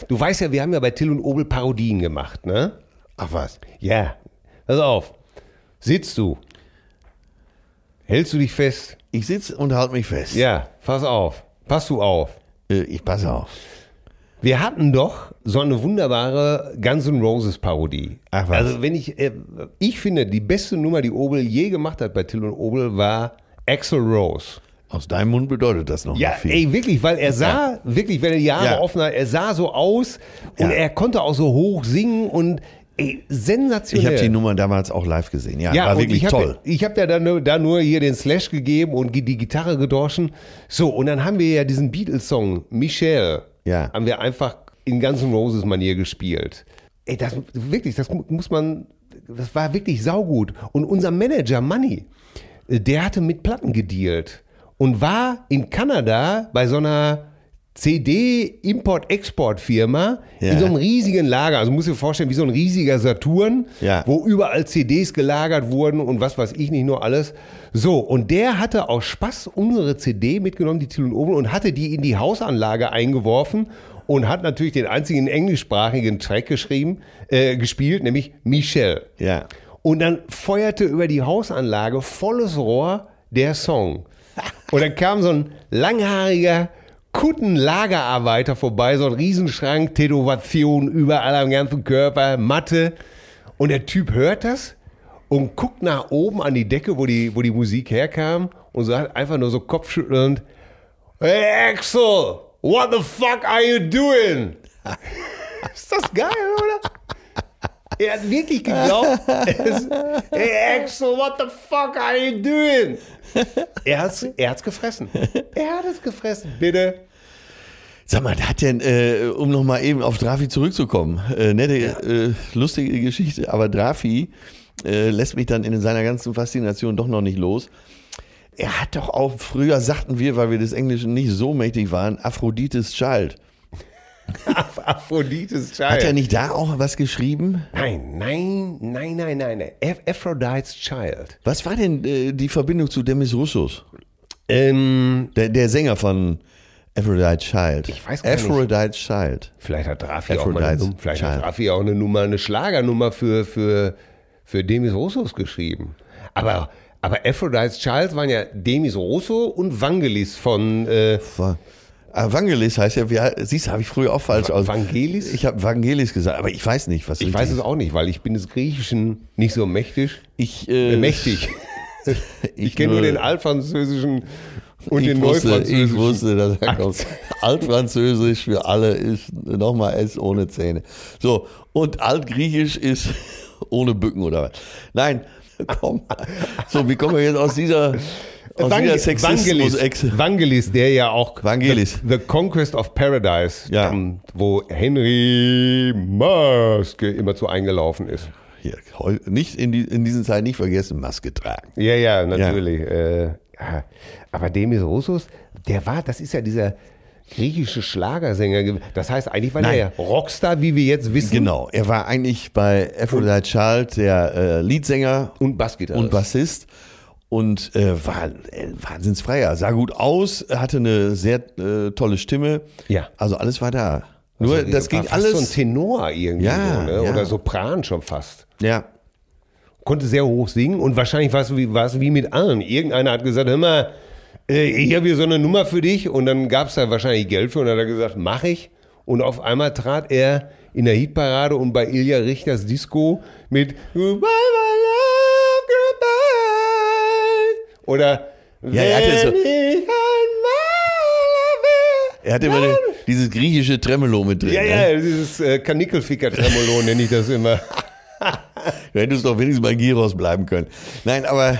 Speaker 2: Du weißt ja, wir haben ja bei Till und Obel Parodien gemacht, ne?
Speaker 1: Ach was.
Speaker 2: Ja. Pass auf. Sitzt du. Hältst du dich fest?
Speaker 1: Ich sitze und halte mich fest.
Speaker 2: Ja, pass auf. Pass du auf.
Speaker 1: Äh, ich passe auf.
Speaker 2: Wir hatten doch so eine wunderbare Guns N' Roses Parodie.
Speaker 1: Ach was.
Speaker 2: Also wenn ich, äh, ich finde, die beste Nummer, die Obel je gemacht hat bei Till und Obel, war Axel Rose.
Speaker 1: Aus deinem Mund bedeutet das noch
Speaker 2: Ja,
Speaker 1: mal viel.
Speaker 2: ey, wirklich, weil er sah, wirklich, wenn er die Haare
Speaker 1: Ja.
Speaker 2: offen hat, er sah so aus und
Speaker 1: Ja.
Speaker 2: er konnte auch so hoch singen und
Speaker 1: ich
Speaker 2: ey, sensationell.
Speaker 1: habe die Nummer damals auch live gesehen. Ja,
Speaker 2: ja,
Speaker 1: war
Speaker 2: und
Speaker 1: wirklich
Speaker 2: ich hab,
Speaker 1: toll.
Speaker 2: Ich habe ja da nur, da nur hier den Slash gegeben und die Gitarre gedroschen. So, und dann haben wir ja diesen Beatles-Song, Michelle,
Speaker 1: Ja.
Speaker 2: haben wir einfach in Guns N' Roses-Manier gespielt. Ey, das wirklich, das mu- muss man, das war wirklich saugut. Und unser Manager, Manny, äh, der hatte mit Platten gedealt und war in Kanada bei so einer CD-Import-Export-Firma in
Speaker 1: Ja.
Speaker 2: so einem riesigen Lager. Also muss dir vorstellen, wie so ein riesiger Saturn,
Speaker 1: Ja.
Speaker 2: wo überall CDs gelagert wurden und was weiß ich nicht nur alles. So, und der hatte aus Spaß unsere CD mitgenommen, die Till und Obel, und hatte die in die Hausanlage eingeworfen und hat natürlich den einzigen englischsprachigen Track geschrieben, äh, gespielt, nämlich Michelle.
Speaker 1: Ja.
Speaker 2: Und dann feuerte über die Hausanlage volles Rohr der Song. Und dann kam so ein langhaariger Kuttenlagerarbeiter vorbei, so ein Riesenschrank, Tätowation überall am ganzen Körper, Matte. Und der Typ hört das und guckt nach oben an die Decke, wo die, wo die Musik herkam und sagt einfach nur so kopfschüttelnd, Hey Axel, what the fuck are you doing? Ist das geil, oder? Er hat wirklich geglaubt, es, hey Axel, what the fuck are you doing? Er hat's, er hat's gefressen. Er hat es gefressen, bitte.
Speaker 1: Sag mal, hat denn, äh, um nochmal eben auf Drafi zurückzukommen, äh, nette, äh, lustige Geschichte, aber Drafi äh, lässt mich dann in seiner ganzen Faszination doch noch nicht los. Er hat doch auch, früher sagten wir, weil wir des Englischen nicht so mächtig waren, Aphrodites Child.
Speaker 2: Af- Aphrodites Child.
Speaker 1: Hat er nicht da auch was geschrieben?
Speaker 2: Nein, nein, nein, nein, nein. nein. Af- Aphrodite's Child.
Speaker 1: Was war denn äh, die Verbindung zu Demis Russos?
Speaker 2: Ähm,
Speaker 1: Der, der Sänger von Aphrodite Child.
Speaker 2: Ich weiß gar nicht.
Speaker 1: Aphrodite Child.
Speaker 2: vielleicht hat Raffi auch, mal eine,
Speaker 1: Aphrodite's
Speaker 2: Num- vielleicht hat
Speaker 1: Child.
Speaker 2: Raffi auch eine Nummer, eine Schlagernummer für, für, für Demis Roussos geschrieben. Aber, aber Aphrodite's Child waren ja Demis Rosso und Vangelis von äh,
Speaker 1: Wa- Evangelis heißt ja, wie, siehst du, habe ich früher auch falsch aus.
Speaker 2: Vangelis?
Speaker 1: Ich habe Evangelis gesagt, aber ich weiß nicht, was
Speaker 2: Ich weiß es
Speaker 1: auch.
Speaker 2: auch nicht, weil ich bin des Griechischen nicht so mächtig.
Speaker 1: Ich, äh,
Speaker 2: mächtig. Ich kenne nur den altfranzösischen und den
Speaker 1: wusste, ich
Speaker 2: neufranzösischen.
Speaker 1: wusste, dass er kommt. Altfranzösisch für alle ist nochmal S ohne Zähne. So, und Altgriechisch ist ohne Bücken oder was. Nein, komm. So, wie kommen wir jetzt aus dieser, aus dieser
Speaker 2: Vang-
Speaker 1: Sexismus-Ecke?
Speaker 2: Vangelis, Vangelis, der ja auch
Speaker 1: Vangelis.
Speaker 2: The, the Conquest of Paradise,
Speaker 1: Ja.
Speaker 2: stammt, wo Henry Maske immer zu eingelaufen ist.
Speaker 1: Hier, heu- Nicht in, die, in diesen Zeiten nicht vergessen, Maske tragen.
Speaker 2: Ja, ja, natürlich. Äh, ja. aber Demis Roussos, der war, das ist ja dieser griechische Schlagersänger. gew- Das heißt, eigentlich war der
Speaker 1: Nein.
Speaker 2: ja Rockstar, wie wir jetzt wissen.
Speaker 1: Genau, er war eigentlich bei Aphrodite Child der äh, Leadsänger
Speaker 2: Und Bassgitarre.
Speaker 1: und Bassist und äh, war äh, wahnsinnsfreier, sah gut aus, hatte eine sehr äh, tolle Stimme.
Speaker 2: Ja. Also
Speaker 1: Also alles war da. Nur das
Speaker 2: war
Speaker 1: ging
Speaker 2: fast so ein
Speaker 1: alles.
Speaker 2: Tenor irgendwie.
Speaker 1: Ja,
Speaker 2: so, ne?
Speaker 1: ja.
Speaker 2: Oder Sopran schon fast.
Speaker 1: ja.
Speaker 2: konnte sehr hoch singen und wahrscheinlich war es wie, war es wie mit allen. Irgendeiner hat gesagt, hör mal, äh, ich habe hier so eine Nummer für dich und dann gab es da wahrscheinlich Geld für und dann hat er gesagt, mach ich. Und auf einmal trat er in der Hitparade und bei Ilja Richters Disco mit Goodbye, my love, goodbye. Oder
Speaker 1: Ja, er hatte so-
Speaker 2: "Wenn ich einmal lebe."
Speaker 1: Er hatte immer den, dieses griechische Tremolo mit drin.
Speaker 2: Ja,
Speaker 1: Ne?
Speaker 2: ja, dieses äh, Kanickelficker-Tremolo nenne ich das immer.
Speaker 1: Du hättest doch wenigstens bei Giros bleiben können. Nein, aber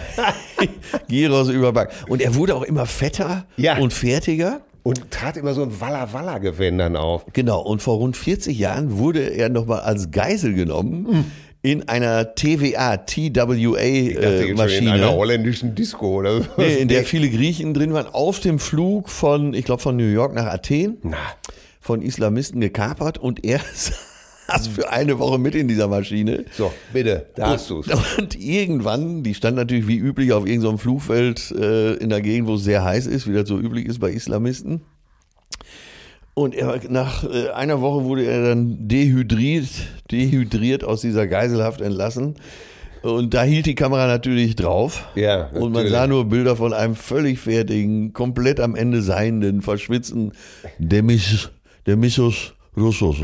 Speaker 1: Giros überbacken. Und er wurde auch immer fetter
Speaker 2: Ja.
Speaker 1: und fertiger.
Speaker 2: Und trat immer so ein Walla-Walla-Gewänd dann auf.
Speaker 1: Genau, und vor rund 40 Jahren wurde er nochmal als Geisel genommen in einer TWA,
Speaker 2: Hm.
Speaker 1: äh,
Speaker 2: dachte jetzt schon In einer
Speaker 1: TWA-Maschine.
Speaker 2: holländischen Disco oder so.
Speaker 1: nee, in der viele Griechen drin waren, auf dem Flug von, ich glaube, von New York nach Athen,
Speaker 2: Hm.
Speaker 1: von Islamisten gekapert und er saß für eine Woche mit in dieser Maschine.
Speaker 2: So, bitte, da hast du's.
Speaker 1: Und irgendwann, die stand natürlich wie üblich auf irgendeinem Flugfeld äh, in der Gegend, wo es sehr heiß ist, wie das so üblich ist bei Islamisten. Und er, nach äh, einer Woche wurde er dann dehydriert, dehydriert aus dieser Geiselhaft entlassen. Und da hielt die Kamera natürlich drauf.
Speaker 2: Ja,
Speaker 1: Und man
Speaker 2: natürlich.
Speaker 1: sah nur Bilder von einem völlig fertigen, komplett am Ende seienden, verschwitzten Demis, Demisos Russos.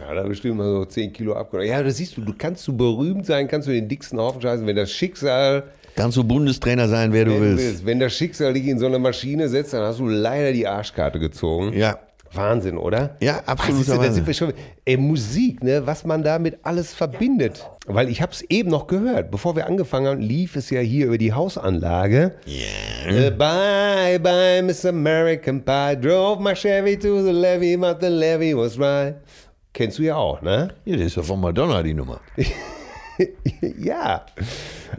Speaker 2: Ja, da bestimmt mal so 10 Kilo abgenommen. Ja, das siehst du, du kannst so berühmt sein, kannst du den dicksten Haufen scheißen, wenn das Schicksal,
Speaker 1: Kannst du Bundestrainer sein, wer du
Speaker 2: wenn,
Speaker 1: willst.
Speaker 2: wenn das Schicksal dich in so eine Maschine setzt, dann hast du leider die Arschkarte gezogen.
Speaker 1: Ja.
Speaker 2: Wahnsinn, oder? Ah,
Speaker 1: Ja, absoluter
Speaker 2: Siehst du, da
Speaker 1: Wahnsinn.
Speaker 2: sind wir schon, ey, Musik, ne, was man damit alles verbindet. Weil ich habe es eben noch gehört. Bevor wir angefangen haben, lief es ja hier über die Hausanlage.
Speaker 1: Mhm.
Speaker 2: Yeah. bye, bye, Miss American Pie. Drove my Chevy to the levee, but the levee was right. Kennst du ja auch, ne?
Speaker 1: Ja, das ist ja von Madonna die Nummer.
Speaker 2: ja.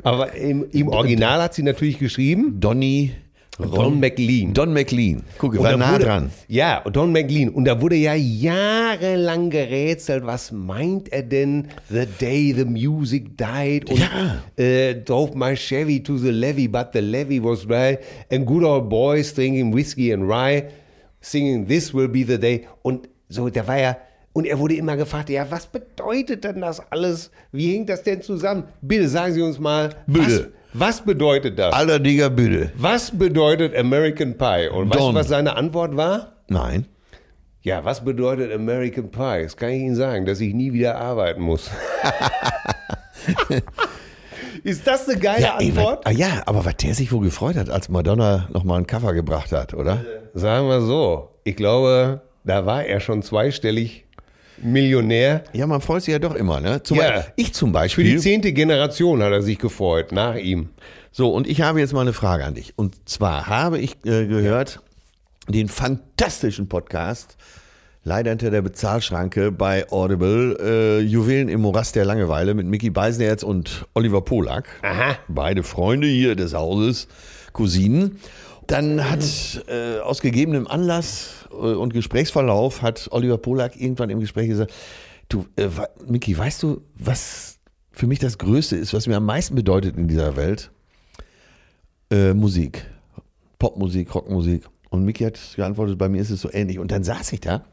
Speaker 2: Aber im, im Original hat sie natürlich geschrieben.
Speaker 1: Donny
Speaker 2: Don McLean.
Speaker 1: Don McLean. Guck,
Speaker 2: Und
Speaker 1: war
Speaker 2: da
Speaker 1: nah
Speaker 2: wurde,
Speaker 1: dran.
Speaker 2: Ja, Don McLean. Und da wurde ja jahrelang gerätselt, was meint er denn? The day the music died. Und
Speaker 1: Ja.
Speaker 2: äh, drove my Chevy to the levee, but the levee was dry. And good old boys drinking whiskey and rye, singing this will be the day. Und so, da war ja... Und er wurde immer gefragt, ja, was bedeutet denn das alles? Wie hängt das denn zusammen? Bitte sagen Sie uns mal, was,
Speaker 1: Bitte.
Speaker 2: was bedeutet das?
Speaker 1: Aller Digger Büde.
Speaker 2: Was bedeutet American Pie? Und weißt du,
Speaker 1: Don.
Speaker 2: was seine Antwort war?
Speaker 1: Nein.
Speaker 2: Ja, was bedeutet American Pie? Das kann ich Ihnen sagen, dass ich nie wieder arbeiten muss. Ist das eine geile
Speaker 1: ey,
Speaker 2: Antwort?
Speaker 1: wa- ah, ja, aber was der sich wohl gefreut hat, als Madonna nochmal einen Cover gebracht hat, oder?
Speaker 2: Sagen wir so, ich glaube, da war er schon zweistellig Millionär.
Speaker 1: Ja, man freut sich ja doch immer, ne? Zum
Speaker 2: Ja.
Speaker 1: Beispiel, ich zum
Speaker 2: Für die
Speaker 1: Beispiel.
Speaker 2: zehnte Generation hat er sich gefreut, nach ihm.
Speaker 1: so, und ich habe jetzt mal eine Frage an dich. Und zwar habe ich äh, gehört, den fantastischen Podcast, leider hinter der Bezahlschranke bei Audible, äh, Juwelen im Morast der Langeweile mit Mickey Beisenherz und Oliver Polak.
Speaker 2: Aha.
Speaker 1: beide Freunde hier des Hauses, Cousinen. Dann hat äh, aus gegebenem Anlass äh, und Gesprächsverlauf hat Oliver Polak irgendwann im Gespräch gesagt, du, äh, wa- Miki, weißt du, was für mich das Größte ist, was mir am meisten bedeutet in dieser Welt? Äh, Musik. Popmusik, Rockmusik. Und Miki hat geantwortet, bei mir ist es so ähnlich. Und dann saß ich da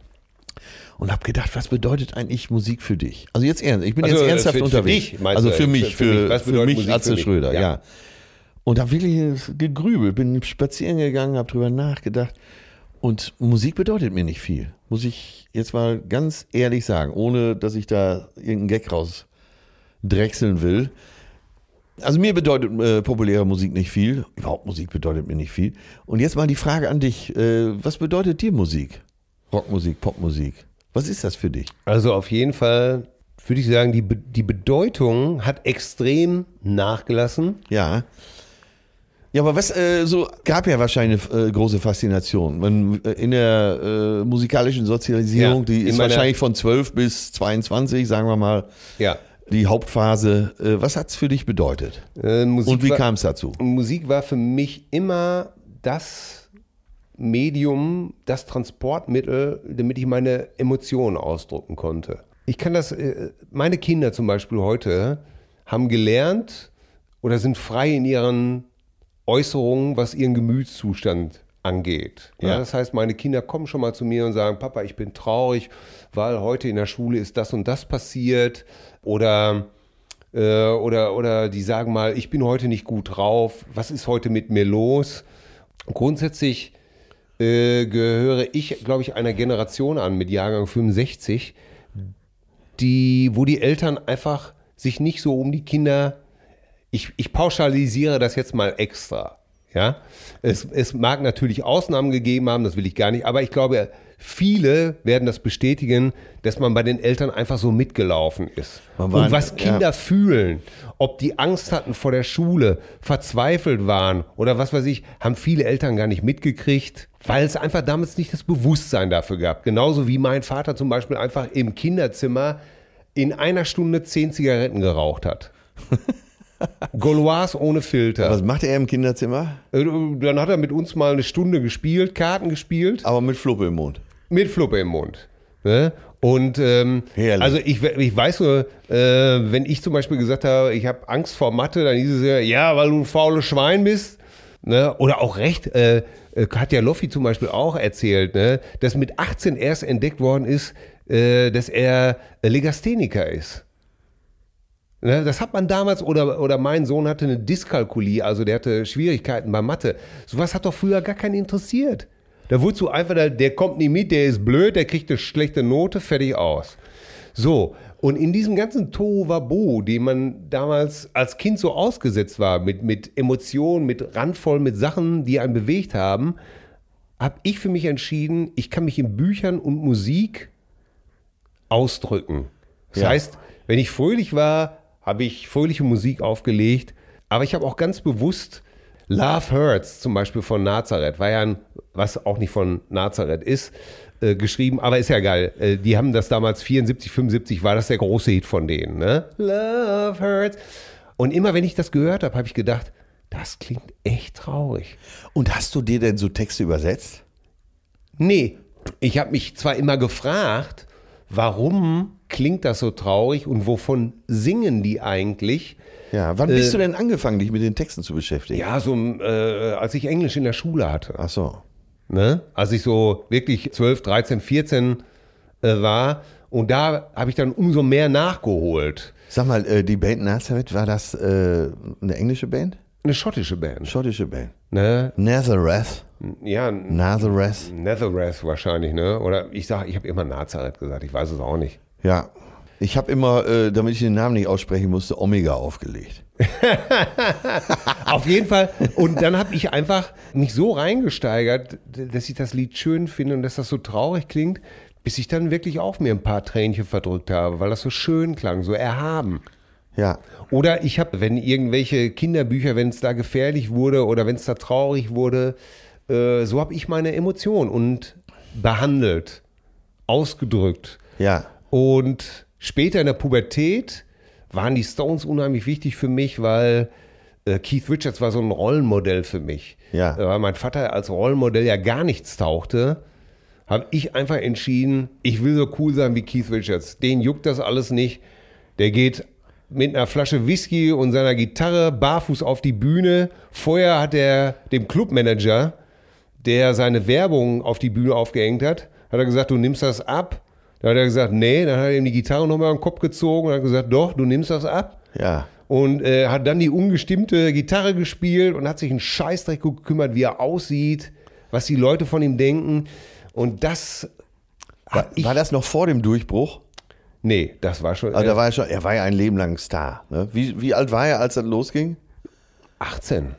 Speaker 1: und habe gedacht, was bedeutet eigentlich Musik für dich? Also jetzt ernst, ich bin
Speaker 2: Also,
Speaker 1: jetzt ernsthaft
Speaker 2: für- für
Speaker 1: unterwegs.
Speaker 2: dich meinst
Speaker 1: also
Speaker 2: du, äh,
Speaker 1: für mich,
Speaker 2: für- für mich.
Speaker 1: für,
Speaker 2: Was
Speaker 1: für,
Speaker 2: bedeutet
Speaker 1: mich
Speaker 2: Musik
Speaker 1: Atze
Speaker 2: für mich?
Speaker 1: Schröder,
Speaker 2: Ja.
Speaker 1: ja. Und habe wirklich gegrübelt, bin spazieren gegangen, habe drüber nachgedacht. Und Musik bedeutet mir nicht viel, muss ich jetzt mal ganz ehrlich sagen, ohne dass ich da irgendeinen Gag rausdrechseln will. Also mir bedeutet äh, populäre Musik nicht viel. Überhaupt Musik bedeutet mir nicht viel. Und jetzt mal die Frage an dich. Äh, was bedeutet dir Musik? Rockmusik, Popmusik. Was ist das für dich?
Speaker 2: Also auf jeden Fall würde ich sagen, die, Be- die Bedeutung hat extrem nachgelassen.
Speaker 1: Ja. Ja, aber was äh, so gab ja wahrscheinlich eine äh, große Faszination. Man, äh, in der äh, musikalischen Sozialisierung,
Speaker 2: Ja,
Speaker 1: die
Speaker 2: in
Speaker 1: ist
Speaker 2: meiner-
Speaker 1: wahrscheinlich von 12 bis 22, sagen wir mal,
Speaker 2: Ja.
Speaker 1: die Hauptphase. Äh, was hat's für dich bedeutet?
Speaker 2: Äh, Musik
Speaker 1: Und wie
Speaker 2: war-
Speaker 1: kam's dazu?
Speaker 2: Musik war für mich immer das Medium, das Transportmittel, damit ich meine Emotionen ausdrucken konnte. Ich kann das, äh, meine Kinder zum Beispiel heute haben gelernt oder sind frei in ihren Äußerungen, was ihren Gemütszustand angeht. Ja,
Speaker 1: Ja.
Speaker 2: Das heißt, meine Kinder kommen schon mal zu mir und sagen, Papa, ich bin traurig, weil heute in der Schule ist das und das passiert. Oder äh, oder, oder die sagen mal, ich bin heute nicht gut drauf, was ist heute mit mir los? Grundsätzlich äh, gehöre ich, glaube ich, einer Generation an mit Jahrgang 65, die, wo die Eltern einfach sich nicht so um die Kinder, ich, ich pauschalisiere das jetzt mal extra. Ja, es, es mag natürlich Ausnahmen gegeben haben, das will ich gar nicht, aber ich glaube, viele werden das bestätigen, dass man bei den Eltern einfach so mitgelaufen ist.
Speaker 1: Man
Speaker 2: Und
Speaker 1: war-
Speaker 2: was Kinder
Speaker 1: ja.
Speaker 2: fühlen, ob die Angst hatten vor der Schule, verzweifelt waren oder was weiß ich, haben viele Eltern gar nicht mitgekriegt, weil es einfach damals nicht das Bewusstsein dafür gab. Genauso wie mein Vater zum Beispiel einfach im Kinderzimmer in einer Stunde zehn Zigaretten geraucht hat. Gaulois ohne Filter.
Speaker 1: Was macht er im Kinderzimmer?
Speaker 2: Äh, Dann hat er mit uns mal eine Stunde gespielt, Karten gespielt.
Speaker 1: Aber mit Fluppe im Mund.
Speaker 2: Mit Fluppe im Mund. Ne? Und ähm,
Speaker 1: Herrlich.
Speaker 2: also ich, we- ich weiß nur, äh, wenn ich zum Beispiel gesagt habe, ich habe Angst vor Mathe, dann hieß es ja, ja, weil du ein faules Schwein bist. Ne? Oder auch recht, äh, äh, hat ja Loffi zum Beispiel auch erzählt, ne? dass mit 18 erst entdeckt worden ist, äh, dass er Legastheniker ist. Ne, Das hat man damals, oder, oder mein Sohn hatte eine Dyskalkulie, also der hatte Schwierigkeiten bei Mathe. Sowas hat doch früher gar keinen interessiert. Da wurdest du einfach, der, der kommt nie mit, der ist blöd, der kriegt eine schlechte Note, fertig aus. So, und in diesem ganzen Tohuwabo, dem man damals als Kind so ausgesetzt war, mit, mit Emotionen, mit randvoll, mit Sachen, die einen bewegt haben, habe ich für mich entschieden, ich kann mich in Büchern und Musik ausdrücken. Das
Speaker 1: Ja.
Speaker 2: heißt, wenn ich fröhlich war, habe ich fröhliche Musik aufgelegt, aber ich habe auch ganz bewusst Love Hurts zum Beispiel von Nazareth, war ja ein, was auch nicht von Nazareth ist, äh, geschrieben, aber ist ja geil. Äh, die haben das damals 74, 75 war das der große Hit von denen. Ne? Love Hurts. Und immer wenn ich das gehört habe, habe ich gedacht, das klingt echt traurig.
Speaker 1: Und hast du dir denn so Texte übersetzt?
Speaker 2: Nee, ich habe mich zwar immer gefragt, warum klingt das so traurig und wovon singen die eigentlich?
Speaker 1: Ja. Wann bist du denn angefangen, dich mit den Texten zu beschäftigen?
Speaker 2: Ja, so äh, als ich Englisch in der Schule hatte.
Speaker 1: Ach so.
Speaker 2: Ne? Als ich so wirklich 12, 13, 14 äh, war. Und da habe ich dann umso mehr nachgeholt.
Speaker 1: Sag mal, äh, die Band Nazareth, war das äh, eine englische Band?
Speaker 2: Eine schottische Band.
Speaker 1: Schottische Band.
Speaker 2: Ne?
Speaker 1: Nazareth.
Speaker 2: Ja,
Speaker 1: Nazareth.
Speaker 2: Nazareth wahrscheinlich, ne? Oder ich sage, ich habe immer Nazareth gesagt, ich weiß es auch nicht.
Speaker 1: Ja. Ich habe immer, äh, damit ich den Namen nicht aussprechen musste, Omega aufgelegt.
Speaker 2: Auf jeden Fall. Und dann habe ich einfach mich so reingesteigert, d- dass ich das Lied schön finde und dass das so traurig klingt, bis ich dann wirklich auch mir ein paar Tränchen verdrückt habe, weil das so schön klang, so erhaben.
Speaker 1: Ja.
Speaker 2: Oder ich habe, wenn irgendwelche Kinderbücher, wenn es da gefährlich wurde oder wenn es da traurig wurde, äh, so habe ich meine Emotionen und behandelt, ausgedrückt.
Speaker 1: Ja.
Speaker 2: Und später in der Pubertät waren die Stones unheimlich wichtig für mich, weil äh, Keith Richards war so ein Rollenmodell für mich.
Speaker 1: Ja.
Speaker 2: Äh, Weil mein Vater als Rollenmodell ja gar nichts tauchte, habe ich einfach entschieden, ich will so cool sein wie Keith Richards. Den juckt das alles nicht. Der geht mit einer Flasche Whisky und seiner Gitarre barfuß auf die Bühne. Vorher hat er dem Clubmanager, der seine Werbung auf die Bühne aufgehängt hat, hat er gesagt, du nimmst das ab. Dann hat er gesagt, nee, dann hat er ihm die Gitarre nochmal am Kopf gezogen und hat gesagt, doch, du nimmst das ab.
Speaker 1: Ja.
Speaker 2: Und äh, hat dann die ungestimmte Gitarre gespielt und hat sich einen Scheißdreck gekümmert, wie er aussieht, was die Leute von ihm denken. Und das
Speaker 1: War,
Speaker 2: ich-
Speaker 1: war das noch vor dem Durchbruch?
Speaker 2: Nee, das war schon
Speaker 1: Also
Speaker 2: äh,
Speaker 1: da war er, schon, er war ja ein Leben lang Star. Ne? Wie, wie alt war er, als das losging?
Speaker 2: äh, 18.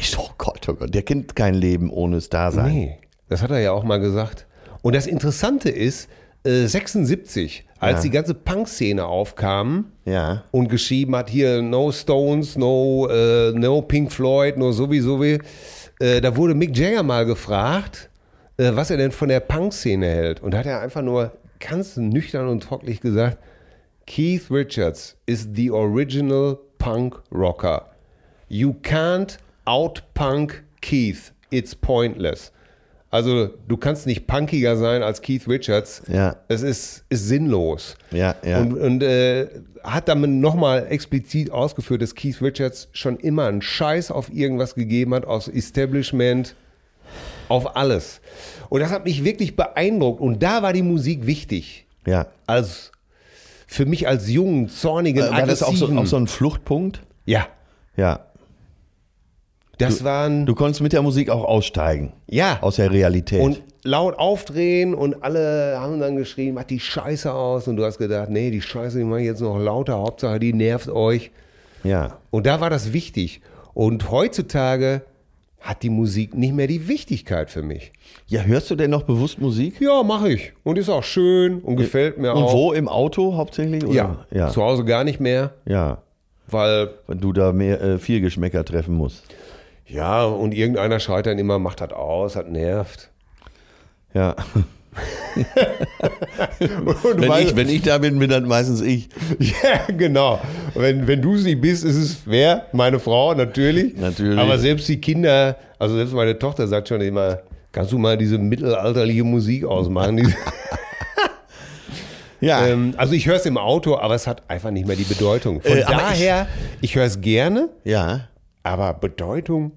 Speaker 1: Ich, oh Gott, oh Gott, der kennt kein Leben ohne Star sein.
Speaker 2: Nee, das hat er ja auch mal gesagt. Und das Interessante ist, äh, 76, als die ganze Punk-Szene aufkam
Speaker 1: Ja.
Speaker 2: und geschrieben hat, hier No Stones, no, äh, no Pink Floyd, no sowieso, äh, da wurde Mick Jagger mal gefragt, äh, was er denn von der Punk-Szene hält. Und da hat er einfach nur ganz nüchtern und trocklich gesagt, Keith Richards is the original punk rocker. You can't out-punk Keith. It's pointless. Also, du kannst nicht punkiger sein als Keith Richards.
Speaker 1: Ja.
Speaker 2: Es ist, ist sinnlos.
Speaker 1: Ja, ja.
Speaker 2: Und, und äh, hat damit nochmal explizit ausgeführt, dass Keith Richards schon immer einen Scheiß auf irgendwas gegeben hat, aufs Establishment, auf alles. Und das hat mich wirklich beeindruckt. Und da war die Musik wichtig.
Speaker 1: Ja.
Speaker 2: Als, für mich als jungen, zornigen,
Speaker 1: Äh, War das auch so,
Speaker 2: aggressiven.
Speaker 1: auch so ein Fluchtpunkt?
Speaker 2: ja,
Speaker 1: Ja.
Speaker 2: das waren...
Speaker 1: Du konntest mit der Musik auch aussteigen.
Speaker 2: ja.
Speaker 1: Aus der Realität.
Speaker 2: Und laut aufdrehen und alle haben dann geschrien, mach die Scheiße aus. Und du hast gedacht, nee, die Scheiße, die mache ich jetzt noch lauter. Hauptsache, die nervt euch.
Speaker 1: ja.
Speaker 2: Und da war das wichtig. Und heutzutage hat die Musik nicht mehr die Wichtigkeit für mich.
Speaker 1: Ja, hörst du denn noch bewusst Musik?
Speaker 2: Ja, mache ich. Und ist auch schön und gefällt mir
Speaker 1: Und
Speaker 2: auch.
Speaker 1: wo? Im Auto hauptsächlich?
Speaker 2: Ja.
Speaker 1: Oder? Ja.
Speaker 2: zu Hause gar nicht mehr,
Speaker 1: Ja.
Speaker 2: weil
Speaker 1: Wenn du da mehr, äh, viel Geschmäcker treffen musst.
Speaker 2: ja, und irgendeiner schreit dann immer, macht das aus, hat nervt.
Speaker 1: Ja.
Speaker 2: Und
Speaker 1: Wenn
Speaker 2: weil-
Speaker 1: ich, wenn ich da bin, bin dann meistens ich.
Speaker 2: Ja, genau. Wenn, wenn du sie bist, ist es wer? Meine Frau, natürlich.
Speaker 1: Natürlich.
Speaker 2: Aber selbst die Kinder, also selbst meine Tochter sagt schon immer, kannst du mal diese mittelalterliche Musik ausmachen? Diese,
Speaker 1: Ja.
Speaker 2: ähm, also ich höre es im Auto, aber es hat einfach nicht mehr die Bedeutung. Von
Speaker 1: Äh, aber
Speaker 2: daher, ich, höre es gerne,
Speaker 1: ja.
Speaker 2: aber Bedeutung,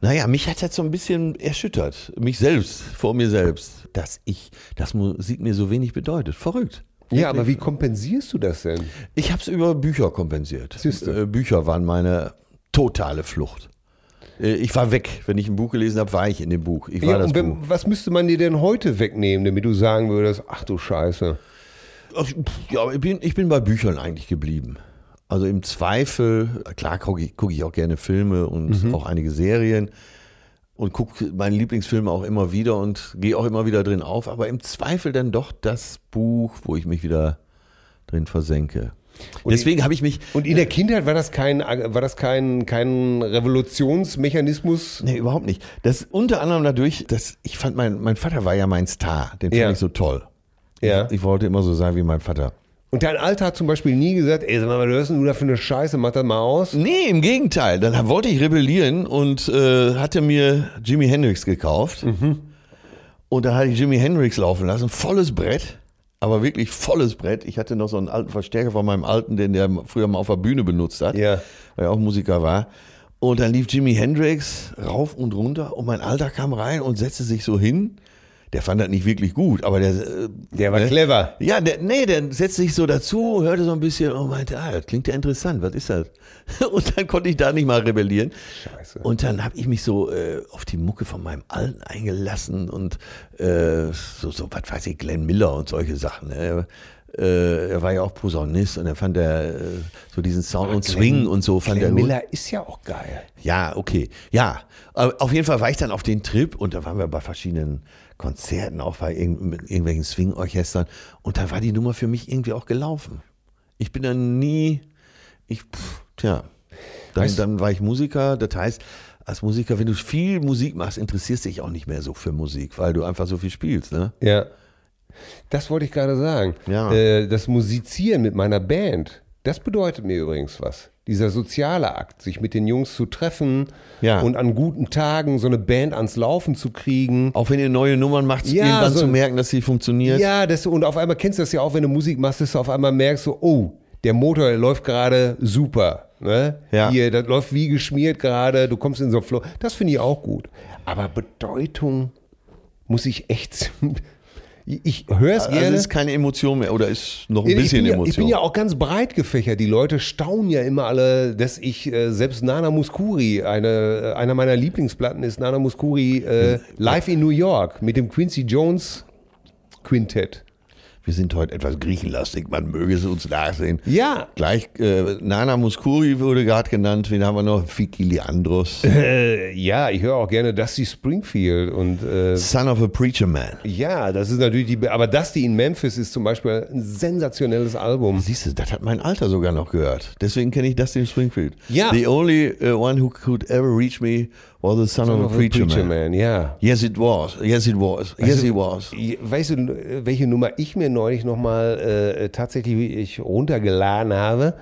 Speaker 1: Naja, mich hat das so ein bisschen erschüttert. Mich selbst, vor mir selbst. Dass ich, dass Musik mir so wenig bedeutet. Verrückt.
Speaker 2: ja, aber wie kompensierst du das denn?
Speaker 1: Ich habe es über Bücher kompensiert.
Speaker 2: Siehste.
Speaker 1: Äh, Bücher waren meine totale Flucht. Äh, Ich war weg. Wenn ich ein Buch gelesen habe, war ich in dem Buch. Ich war
Speaker 2: Ja,
Speaker 1: das
Speaker 2: und
Speaker 1: Buch.
Speaker 2: wenn, was müsste man dir denn heute wegnehmen, damit du sagen würdest, ach du Scheiße.
Speaker 1: Ach, pff, Ja, ich bin, ich bin bei Büchern eigentlich geblieben. Also im Zweifel, klar gucke ich, guck ich auch gerne Filme und
Speaker 2: Mhm.
Speaker 1: auch einige Serien und gucke meinen Lieblingsfilm auch immer wieder und gehe auch immer wieder drin auf, aber im Zweifel dann doch das Buch, wo ich mich wieder drin versenke. Deswegen habe ich mich,
Speaker 2: Und in der Kindheit war das kein, war das kein, kein Revolutionsmechanismus?
Speaker 1: Nee, überhaupt nicht. Das unter anderem dadurch, dass ich fand, mein, mein Vater war ja mein Star. Den fand
Speaker 2: Ja.
Speaker 1: ich so toll.
Speaker 2: Ja.
Speaker 1: Ich wollte immer so sein wie mein Vater.
Speaker 2: Und dein Alter hat zum Beispiel nie gesagt, ey, sag mal, was hörst denn du da für eine Scheiße, mach das mal aus.
Speaker 1: Nee, im Gegenteil. Dann wollte ich rebellieren und äh, hatte mir Jimi Hendrix gekauft. Und da hatte ich Jimi Hendrix laufen lassen. Volles Brett. Aber wirklich volles Brett. Ich hatte noch so einen alten Verstärker von meinem Alten, den der früher mal auf der Bühne benutzt hat.
Speaker 2: Ja.
Speaker 1: Weil er auch Musiker war. Und dann lief Jimi Hendrix rauf und runter und mein Alter kam rein und setzte sich so hin. Der fand das nicht wirklich gut, aber der. äh,
Speaker 2: Der war clever.
Speaker 1: ja, der, nee, der setzte sich so dazu, hörte so ein bisschen und meinte, ah, das klingt ja interessant, was ist das? Und dann konnte ich da nicht mal rebellieren.
Speaker 2: Scheiße.
Speaker 1: Und dann habe ich mich so äh, auf die Mucke von meinem Alten eingelassen und äh, so, so, was weiß ich, Glenn Miller und solche Sachen. Ne? Äh, er war ja auch Posaunist und er fand der, äh, so diesen Sound und Swing und so fand er
Speaker 2: Der
Speaker 1: gut.
Speaker 2: Miller ist ja auch geil.
Speaker 1: Ja, okay. Ja, aber auf jeden Fall war ich dann auf den Trip und da waren wir bei verschiedenen Konzerten, auch bei irgend, mit irgendwelchen Swing-Orchestern und da war die Nummer für mich irgendwie auch gelaufen. Ich bin dann nie, ich, pff, tja, dann, dann war ich Musiker, das heißt, als Musiker, wenn du viel Musik machst, interessierst dich auch nicht mehr so für Musik, weil du einfach so viel spielst, ne?
Speaker 2: Ja. Das wollte ich gerade sagen.
Speaker 1: Ja.
Speaker 2: Äh, das Musizieren mit meiner Band, das bedeutet mir übrigens was. Dieser soziale Akt, sich mit den Jungs zu treffen
Speaker 1: Ja.
Speaker 2: und an guten Tagen so eine Band ans Laufen zu kriegen.
Speaker 1: Auch wenn ihr neue Nummern macht,
Speaker 2: Ja,
Speaker 1: irgendwann
Speaker 2: so-
Speaker 1: zu merken, dass sie funktioniert.
Speaker 2: Ja, das, und auf einmal kennst du das ja auch, wenn du Musik machst, dass du auf einmal merkst, so, oh, der Motor der läuft gerade super. Ne?
Speaker 1: Ja.
Speaker 2: Hier, das läuft wie geschmiert gerade, du kommst in so einen Flow. Das finde ich auch gut. Aber Bedeutung muss ich echt. Ich höre es
Speaker 1: Also
Speaker 2: gerne.
Speaker 1: ist keine Emotion mehr oder ist noch ein
Speaker 2: Ich
Speaker 1: bisschen
Speaker 2: bin ja,
Speaker 1: Emotion.
Speaker 2: Ich bin ja auch ganz breit gefächert. Die Leute staunen ja immer alle, dass ich äh, selbst Nana Muscuri, eine, äh, einer meiner Lieblingsplatten ist Nana Muscuri äh, live in New York mit dem Quincy Jones Quintett.
Speaker 1: Wir sind heute etwas griechenlastig, man möge es uns nachsehen.
Speaker 2: Ja.
Speaker 1: Gleich, äh, Nana Muscuri wurde gerade genannt, wen haben wir noch? Fiki Leandros.
Speaker 2: Äh, ja, ich höre auch gerne Dusty Springfield und äh,
Speaker 1: Son of a Preacher Man.
Speaker 2: ja, das ist natürlich die, aber Dusty in Memphis ist zum Beispiel ein sensationelles Album.
Speaker 1: Siehst du, das hat mein Alter sogar noch gehört. Deswegen kenne ich Dustin Springfield.
Speaker 2: Ja.
Speaker 1: The only uh, one who could ever reach me was the son, of a preacher, man.
Speaker 2: ja.
Speaker 1: Yes, it was. Yes, it was. Yes, it was.
Speaker 2: Weißt du, welche Nummer ich mir neulich nochmal äh, tatsächlich ich runtergeladen habe?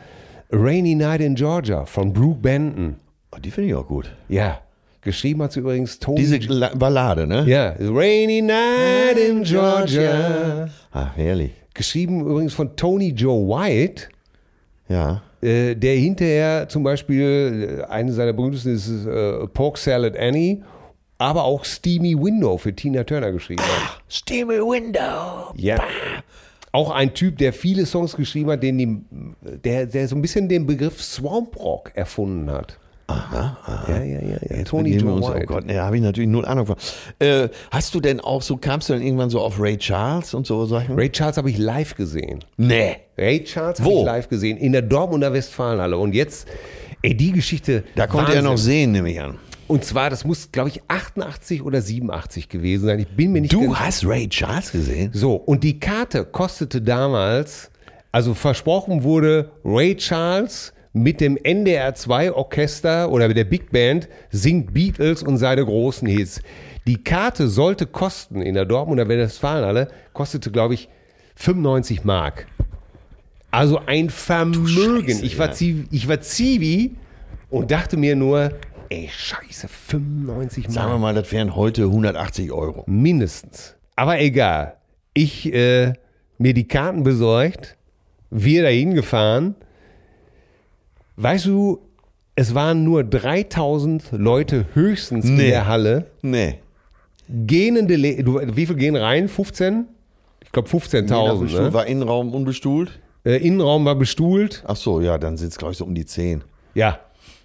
Speaker 2: Rainy Night in Georgia von Brooke Benton.
Speaker 1: Oh, die finde ich auch gut.
Speaker 2: Ja. Geschrieben hat sie übrigens Tony.
Speaker 1: Diese La- Ballade, ne?
Speaker 2: ja, Rainy Night in Georgia.
Speaker 1: Ach, Ah, herrlich.
Speaker 2: Geschrieben übrigens von Tony Joe White,
Speaker 1: Ja.
Speaker 2: äh, der hinterher zum Beispiel äh, eine seiner berühmtesten ist äh, Pork Salad Annie, aber auch Steamy Window für Tina Turner geschrieben hat.
Speaker 1: Steamy Window.
Speaker 2: Ja. Auch ein Typ, der viele Songs geschrieben hat, den die, der, der so ein bisschen den Begriff Swamp Rock erfunden hat. Aha. Ja, ja, ja. ja.
Speaker 1: Jetzt Tony
Speaker 2: Tony Joe
Speaker 1: wir uns,
Speaker 2: White.
Speaker 1: Oh Gott, ne, da habe ich natürlich null Ahnung von. Äh, hast du denn auch so, kamst du dann irgendwann so auf Ray Charles und so Sachen?
Speaker 2: Ray Charles habe ich live gesehen.
Speaker 1: nee.
Speaker 2: Ray Charles habe
Speaker 1: Wo?
Speaker 2: ich live gesehen in der Dortmunder Westfalenhalle. Und jetzt, ey, die Geschichte.
Speaker 1: Da konnte er noch
Speaker 2: Wahnsinn.
Speaker 1: sehen, nehme ich an.
Speaker 2: Und zwar, das muss, glaube ich, 88 oder 87 gewesen sein. Ich bin mir nicht
Speaker 1: Du
Speaker 2: ganz-
Speaker 1: hast Ray Charles gesehen?
Speaker 2: So, und die Karte kostete damals, also versprochen wurde, Ray Charles mit dem NDR 2 Orchester oder mit der Big Band singt Beatles und seine großen Hits. Die Karte sollte kosten in der Dortmunder Westfalenhalle, kostete, glaube ich, 95 Mark. Also ein Vermögen.
Speaker 1: Scheiße,
Speaker 2: ich, war
Speaker 1: ja.
Speaker 2: Zivi, ich war Zivi und dachte mir nur, ey, scheiße, 95 Mark.
Speaker 1: Sagen wir mal, das wären heute 180 Euro.
Speaker 2: Mindestens. Aber egal. Ich äh, mir die Karten besorgt, wir dahin gefahren. Weißt du, es waren nur 3000 Leute höchstens in
Speaker 1: Nee.
Speaker 2: der Halle.
Speaker 1: Nee.
Speaker 2: Gähnende, Le du, wie viel gehen rein? 15? Ich glaube
Speaker 1: Nee, nach dem
Speaker 2: 15.000.
Speaker 1: Stuhl
Speaker 2: Ne?
Speaker 1: War Innenraum unbestuhlt?
Speaker 2: Äh, Innenraum war bestuhlt.
Speaker 1: Ach so, ja, dann sind es, glaube ich, so um die 10.
Speaker 2: Ja,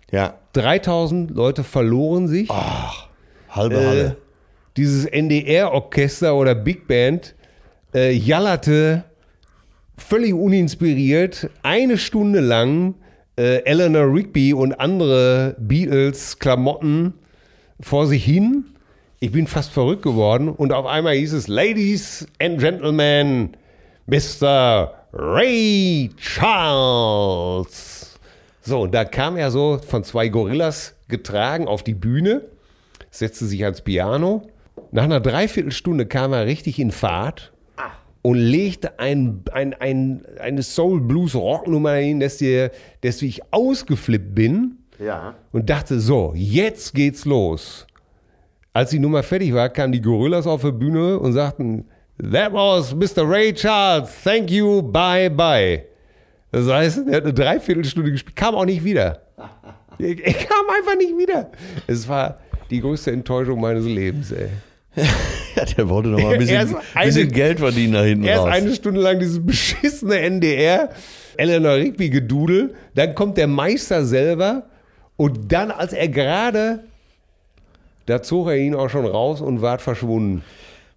Speaker 1: Ja,
Speaker 2: 3000 Leute verloren sich.
Speaker 1: halbe
Speaker 2: äh,
Speaker 1: Halle.
Speaker 2: dieses NDR-Orchester oder Big Band äh, jallerte völlig uninspiriert eine Stunde lang äh, Eleanor Rigby und andere Beatles-Klamotten vor sich hin. Ich bin fast verrückt geworden und auf einmal hieß es: Ladies and Gentlemen, Mr. Ray Charles. So, und da kam er so von zwei Gorillas getragen auf die Bühne setzte sich ans Piano. Nach einer Dreiviertelstunde kam er richtig in Fahrt und legte ein, ein, ein, eine Soul-Blues-Rocknummer hin, dass, dir, dass ich ausgeflippt bin
Speaker 1: Ja.
Speaker 2: und dachte, so, jetzt geht's los. Als die Nummer fertig war, kamen die Gorillas auf die Bühne und sagten, That was Mr. Ray Charles, thank you, bye, bye. Das heißt, er hat eine Dreiviertelstunde gespielt, kam auch nicht wieder. Er er kam einfach nicht wieder. Es war die größte Enttäuschung meines Lebens, ey.
Speaker 1: ja, der wollte noch mal ein bisschen,
Speaker 2: Erst eine-
Speaker 1: bisschen Geld verdienen da hinten
Speaker 2: Erst
Speaker 1: raus.
Speaker 2: eine Stunde lang dieses beschissene NDR, Eleanor Rigby gedudel, dann kommt der Meister selber und dann, als er gerade, da zog er ihn auch schon raus und ward verschwunden.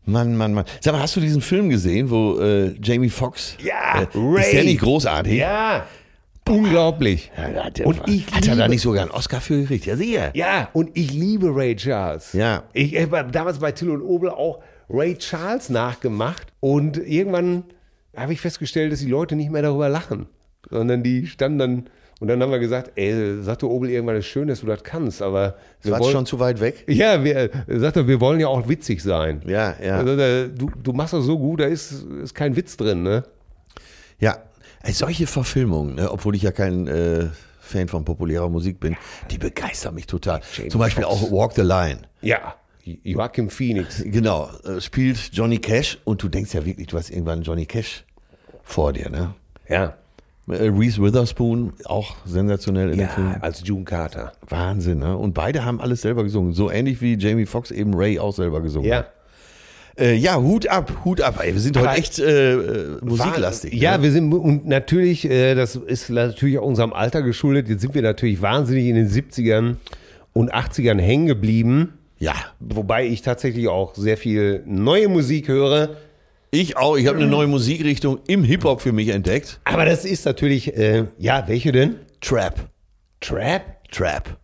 Speaker 1: Mann, Mann, Mann. Sag mal, hast du diesen Film gesehen, wo äh, Jamie Foxx?
Speaker 2: Ja,
Speaker 1: äh, Ist
Speaker 2: Ray.
Speaker 1: der nicht großartig?
Speaker 2: Ja, unglaublich.
Speaker 1: Ja, ja, der
Speaker 2: Und
Speaker 1: war,
Speaker 2: ich
Speaker 1: hat er da
Speaker 2: liebe-
Speaker 1: nicht sogar einen Oscar für gekriegt? Ja, sicher.
Speaker 2: Ja, und ich liebe Ray Charles.
Speaker 1: Ja.
Speaker 2: Ich ich habe damals bei Till und Obel auch Ray Charles nachgemacht und irgendwann habe ich festgestellt, dass die Leute nicht mehr darüber lachen, sondern die standen dann und dann haben wir gesagt, ey, sagte Obel irgendwann, es ist schön, dass du das kannst, aber wir
Speaker 1: War
Speaker 2: wollen,
Speaker 1: schon zu weit weg?
Speaker 2: ja, wir, äh, sagte, wir wollen ja auch witzig sein.
Speaker 1: Ja, ja.
Speaker 2: Also, äh, du, du machst das so gut, da ist, ist kein Witz drin, ne?
Speaker 1: Ja, Ey, solche Verfilmungen, ne, obwohl ich ja kein äh, Fan von populärer Musik bin, die begeistern mich total.
Speaker 2: Jamie
Speaker 1: Zum Beispiel
Speaker 2: Foxx.
Speaker 1: auch Walk the Line.
Speaker 2: Ja. Joachim Phoenix.
Speaker 1: Genau, äh, spielt Johnny Cash und du denkst ja wirklich, du hast irgendwann Johnny Cash vor dir, ne?
Speaker 2: Ja.
Speaker 1: Äh, Reese Witherspoon, auch sensationell in dem
Speaker 2: Ja,
Speaker 1: Film.
Speaker 2: als June Carter.
Speaker 1: Wahnsinn, ne? Und beide haben alles selber gesungen. So ähnlich wie Jamie Foxx eben Ray auch selber gesungen
Speaker 2: Ja.
Speaker 1: hat. Äh, ja, Hut ab, Hut ab. Ey, wir sind heute
Speaker 2: Aber-
Speaker 1: echt äh, äh, musiklastig.
Speaker 2: Ja,
Speaker 1: ne?
Speaker 2: wir sind und natürlich, äh, das ist natürlich auch unserem Alter geschuldet. Jetzt sind wir natürlich wahnsinnig in den 70ern und 80ern hängen geblieben,
Speaker 1: ja.
Speaker 2: wobei ich tatsächlich auch sehr viel neue Musik höre.
Speaker 1: Ich auch. Ich habe eine neue Musikrichtung im Hip-Hop für mich entdeckt.
Speaker 2: Aber das ist natürlich, äh, ja, welche denn?
Speaker 1: Trap.
Speaker 2: Trap?
Speaker 1: Trap.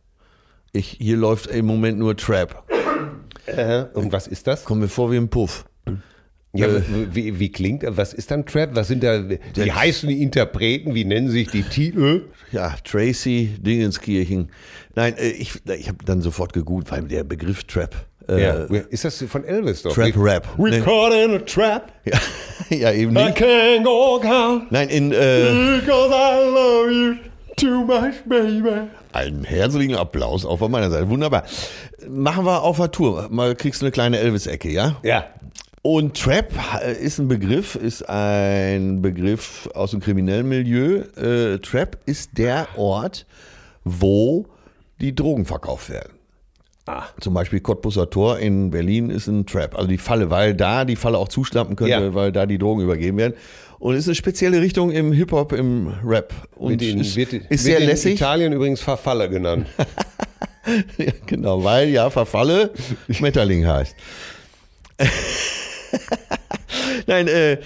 Speaker 1: Ich, hier läuft im Moment nur Trap.
Speaker 2: Äh, und was ist das?
Speaker 1: Kommt mir vor wie ein Puff.
Speaker 2: Ja,
Speaker 1: Äh.
Speaker 2: wie, wie klingt, was ist dann Trap? Was sind da, wie heißen die Interpreten? Wie nennen sich die Titel?
Speaker 1: Ja, Tracy Dingenskirchen. Nein, äh, ich, ich habe dann sofort gegoogelt, weil der Begriff Trap. Äh,
Speaker 2: Ja. Ist das von Elvis doch?
Speaker 1: Trap Rap.
Speaker 2: We
Speaker 1: Nee.
Speaker 2: caught in a trap,
Speaker 1: Ja, ja, eben
Speaker 2: I
Speaker 1: nicht.
Speaker 2: can't go out
Speaker 1: Nein, in äh,
Speaker 2: because I love you too much, baby.
Speaker 1: einem herzlichen Applaus auch von meiner Seite. Wunderbar. Machen wir auf der Tour. Mal kriegst du eine kleine Elvis-Ecke, ja?
Speaker 2: Ja,
Speaker 1: Und Trap äh, ist ein Begriff, ist ein Begriff aus dem kriminellen Milieu. Äh, Trap ist der Ort, wo die Drogen verkauft werden.
Speaker 2: Ah.
Speaker 1: Zum Beispiel Cottbusser Tor in Berlin ist ein Trap. Also die Falle, weil da die Falle auch zuschnappen könnte,
Speaker 2: Ja.
Speaker 1: weil da die Drogen übergeben werden. Und ist eine spezielle Richtung im Hip-Hop, im Rap. Und
Speaker 2: mit den,
Speaker 1: ist,
Speaker 2: wird, wird
Speaker 1: ist sehr
Speaker 2: in
Speaker 1: lässig.
Speaker 2: Italien übrigens Verfaller genannt.
Speaker 1: Ja, genau, weil ja Verfalle Schmetterling heißt. Nein, äh,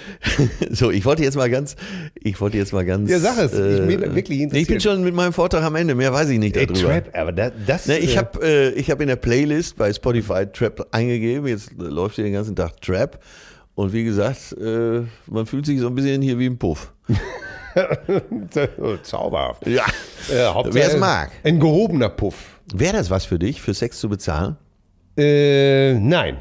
Speaker 1: so, ich wollte jetzt mal ganz, ich wollte jetzt mal ganz. äh,
Speaker 2: Ja, sag es, ich bin wirklich
Speaker 1: Ich bin
Speaker 2: interessiert.
Speaker 1: schon mit meinem Vortrag am Ende, mehr weiß ich nicht
Speaker 2: Ey,
Speaker 1: darüber.
Speaker 2: Trap, aber da, das.
Speaker 1: Ne, ich
Speaker 2: äh,
Speaker 1: habe äh, ich hab in der Playlist bei Spotify Trap eingegeben. Jetzt läuft hier den ganzen Tag Trap. Und wie gesagt, äh, man fühlt sich so ein bisschen hier wie im Puff.
Speaker 2: Zauberhaft.
Speaker 1: Ja.
Speaker 2: Äh, Hauptsache,
Speaker 1: Wer es mag.
Speaker 2: Ein gehobener Puff.
Speaker 1: Wäre das was für dich, für Sex zu bezahlen?
Speaker 2: Äh, nein.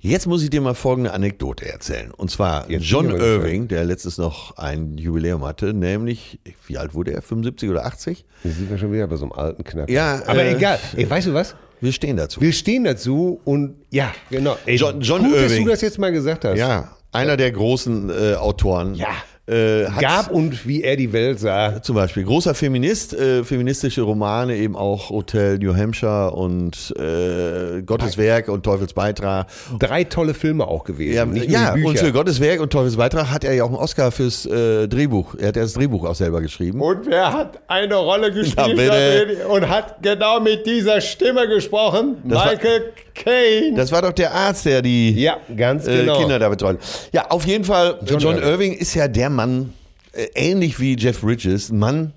Speaker 1: Jetzt muss ich dir mal folgende Anekdote erzählen. Und zwar
Speaker 2: Jetzt bin
Speaker 1: John
Speaker 2: ich aber gespannt.
Speaker 1: Irving, der letztens noch ein Jubiläum hatte, nämlich, wie alt wurde er? 75 oder 80?
Speaker 2: Hier sind wir schon wieder bei so einem alten Knack.
Speaker 1: Ja,
Speaker 2: aber
Speaker 1: äh,
Speaker 2: egal. Ey, weißt du was?
Speaker 1: Wir stehen dazu.
Speaker 2: Wir stehen dazu und ja, genau. Ey,
Speaker 1: John- John
Speaker 2: gut, dass
Speaker 1: Irving.
Speaker 2: du das jetzt mal gesagt hast.
Speaker 1: ja, einer der großen äh, Autoren.
Speaker 2: Ja.
Speaker 1: Äh, hat
Speaker 2: Gab und wie er die Welt sah.
Speaker 1: zum Beispiel großer Feminist, äh, feministische Romane, eben auch Hotel New Hampshire und äh, Gottes Werk und Teufels Beitrag.
Speaker 2: Drei tolle Filme auch gewesen.
Speaker 1: Ja,
Speaker 2: nicht
Speaker 1: ja
Speaker 2: nur die
Speaker 1: und
Speaker 2: Bücher.
Speaker 1: für Gottes Werk und Teufels Beitrag hat er ja auch einen Oscar fürs äh, Drehbuch. Er hat ja das Drehbuch auch selber geschrieben.
Speaker 2: Und wer hat eine Rolle gespielt
Speaker 1: bitte.
Speaker 2: darin und hat genau mit dieser Stimme gesprochen?
Speaker 1: war-
Speaker 2: Michael Caine.
Speaker 1: Das war doch der Arzt, der die
Speaker 2: ja, ganz
Speaker 1: äh,
Speaker 2: genau.
Speaker 1: Kinder da betreuen. Ja, auf jeden Fall, John,
Speaker 2: Irving.
Speaker 1: Irving ist ja der Mann, äh, ähnlich wie Jeff Bridges, ein Mann,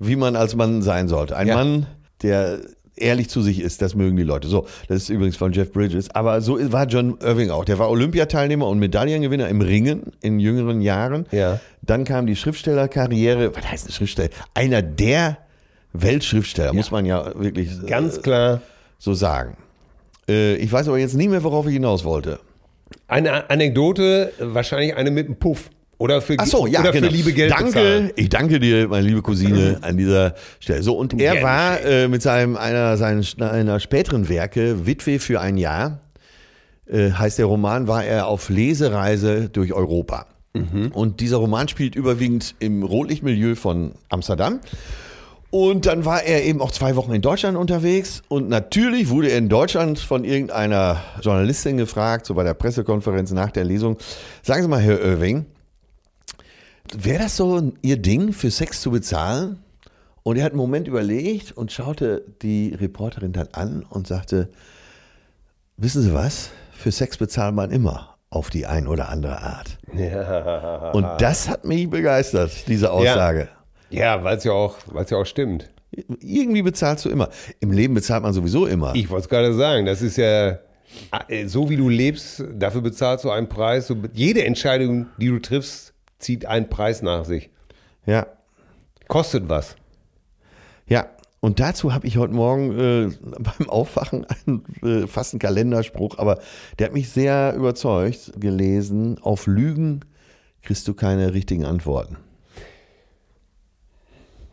Speaker 1: wie man als Mann sein sollte. Ein
Speaker 2: Ja.
Speaker 1: Mann, der ehrlich zu sich ist, das mögen die Leute. So, das ist übrigens von Jeff Bridges, aber so war John Irving auch. Der war Olympiateilnehmer und Medaillengewinner im Ringen in jüngeren Jahren.
Speaker 2: Ja.
Speaker 1: Dann kam die Schriftstellerkarriere, was heißt eine Schriftsteller? Einer der Weltschriftsteller, muss man ja wirklich äh,
Speaker 2: Ganz klar.
Speaker 1: so sagen. Äh, Ich weiß aber jetzt nicht mehr, worauf ich hinaus wollte.
Speaker 2: Eine Anekdote, wahrscheinlich eine mit einem Puff. Oder für,
Speaker 1: Ach so, ja,
Speaker 2: oder
Speaker 1: genau.
Speaker 2: für liebe Geld
Speaker 1: danke,
Speaker 2: bezahlen.
Speaker 1: ich danke dir, meine liebe Cousine, an dieser Stelle. So und er
Speaker 2: Gern
Speaker 1: war äh, mit seinem einer seinen einer späteren Werke Witwe für ein Jahr äh, heißt der Roman, war er auf Lesereise durch Europa.
Speaker 2: Mhm.
Speaker 1: Und dieser Roman spielt überwiegend im Rotlichtmilieu von Amsterdam. Und dann war er eben auch zwei Wochen in Deutschland unterwegs. Und natürlich wurde er in Deutschland von irgendeiner Journalistin gefragt, so bei der Pressekonferenz nach der Lesung. Sagen Sie mal, Herr Irving, wäre das so Ihr Ding, für Sex zu bezahlen? Und er hat einen Moment überlegt und schaute die Reporterin dann an und sagte, wissen Sie was, für Sex bezahlt man immer auf die ein oder andere Art. Und das hat mich begeistert, diese Aussage.
Speaker 2: Ja, weil es ja, auch- weil's ja auch stimmt.
Speaker 1: Irgendwie bezahlst du immer. Im Leben bezahlt man sowieso immer.
Speaker 2: Ich wollte es gerade sagen, das ist ja äh, so, wie du lebst, dafür bezahlst du einen Preis. Du, jede Entscheidung, die du triffst, zieht einen Preis nach sich.
Speaker 1: ja,
Speaker 2: Kostet was.
Speaker 1: ja. Und dazu habe ich heute Morgen äh, beim Aufwachen einen, äh, fast einen Kalenderspruch, aber der hat mich sehr überzeugt gelesen. Auf Lügen kriegst du keine richtigen Antworten.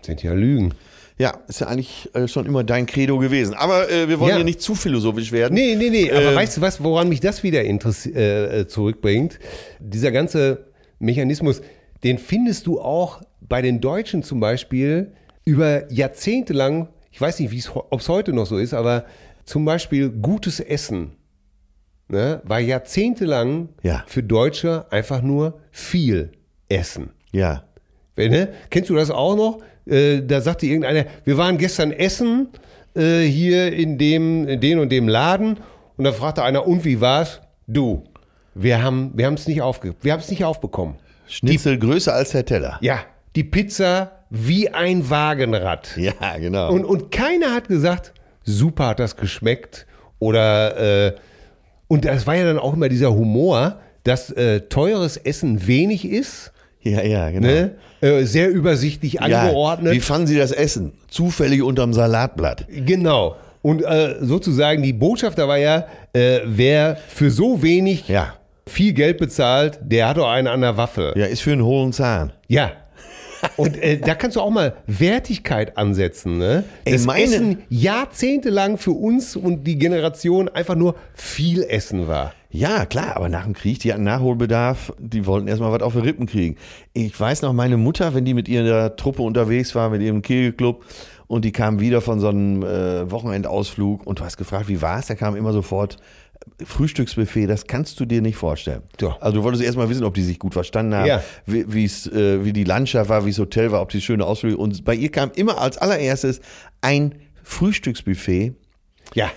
Speaker 2: Sind ja Lügen.
Speaker 1: Ja, ist ja eigentlich äh, schon immer dein Credo gewesen. Aber äh, wir wollen
Speaker 2: Ja.
Speaker 1: hier nicht zu philosophisch werden.
Speaker 2: Nee, nee, nee. Aber
Speaker 1: Ähm.
Speaker 2: weißt du was, woran mich das wieder interessi- äh, äh, zurückbringt? Dieser ganze Mechanismus, den findest du auch bei den Deutschen zum Beispiel über Jahrzehnte lang, ich weiß nicht, ob es heute noch so ist, aber zum Beispiel gutes Essen ne, war jahrzehntelang
Speaker 1: Ja.
Speaker 2: für Deutsche einfach nur viel Essen.
Speaker 1: Ja.
Speaker 2: Wenn, ne? Kennst du das auch noch? Äh, da sagte irgendeiner, wir waren gestern essen äh, hier in dem, in den und dem Laden und da fragte einer, und wie war's? Du. Wir haben wir es nicht, aufge wir haben's nicht aufbekommen.
Speaker 1: Schnitzel größer als der Teller.
Speaker 2: Ja, die Pizza wie ein Wagenrad.
Speaker 1: Ja, genau.
Speaker 2: Und, und keiner hat gesagt, super hat das geschmeckt. Oder, äh, und das war ja dann auch immer dieser Humor, dass äh, teures Essen wenig ist,
Speaker 1: ja, ja, genau.
Speaker 2: ne? äh, sehr übersichtlich
Speaker 1: Ja, wie
Speaker 2: angeordnet.
Speaker 1: fanden Sie das Essen? Zufällig unterm Salatblatt.
Speaker 2: genau. Und äh, sozusagen die Botschaft da war ja, äh, wer für so wenig
Speaker 1: Ja.
Speaker 2: viel Geld bezahlt, der hat doch einen an der Waffe.
Speaker 1: Ja, ist für einen hohlen Zahn.
Speaker 2: Ja. Und äh, da kannst du auch mal Wertigkeit ansetzen. Ne?
Speaker 1: Ey,
Speaker 2: Das
Speaker 1: meine-
Speaker 2: Essen jahrzehntelang für uns und die Generation einfach nur viel Essen war.
Speaker 1: Ja, klar, aber nach dem Krieg, die hatten Nachholbedarf, die wollten erstmal was auf die Rippen kriegen. Ich weiß noch, meine Mutter, wenn die mit ihrer Truppe unterwegs war, mit ihrem Kegelclub, und die kam wieder von so einem äh, Wochenendausflug und du hast gefragt, wie war's? Da kam immer sofort äh, Frühstücksbuffet, das kannst du dir nicht vorstellen.
Speaker 2: Ja.
Speaker 1: Also du wolltest erstmal wissen, ob die sich gut verstanden haben,
Speaker 2: Ja.
Speaker 1: wie, wie's, äh, wie die Landschaft war, wie das Hotel war, ob die schöne Ausflüge. Und bei ihr kam immer als allererstes ein Frühstücksbuffet
Speaker 2: Ja.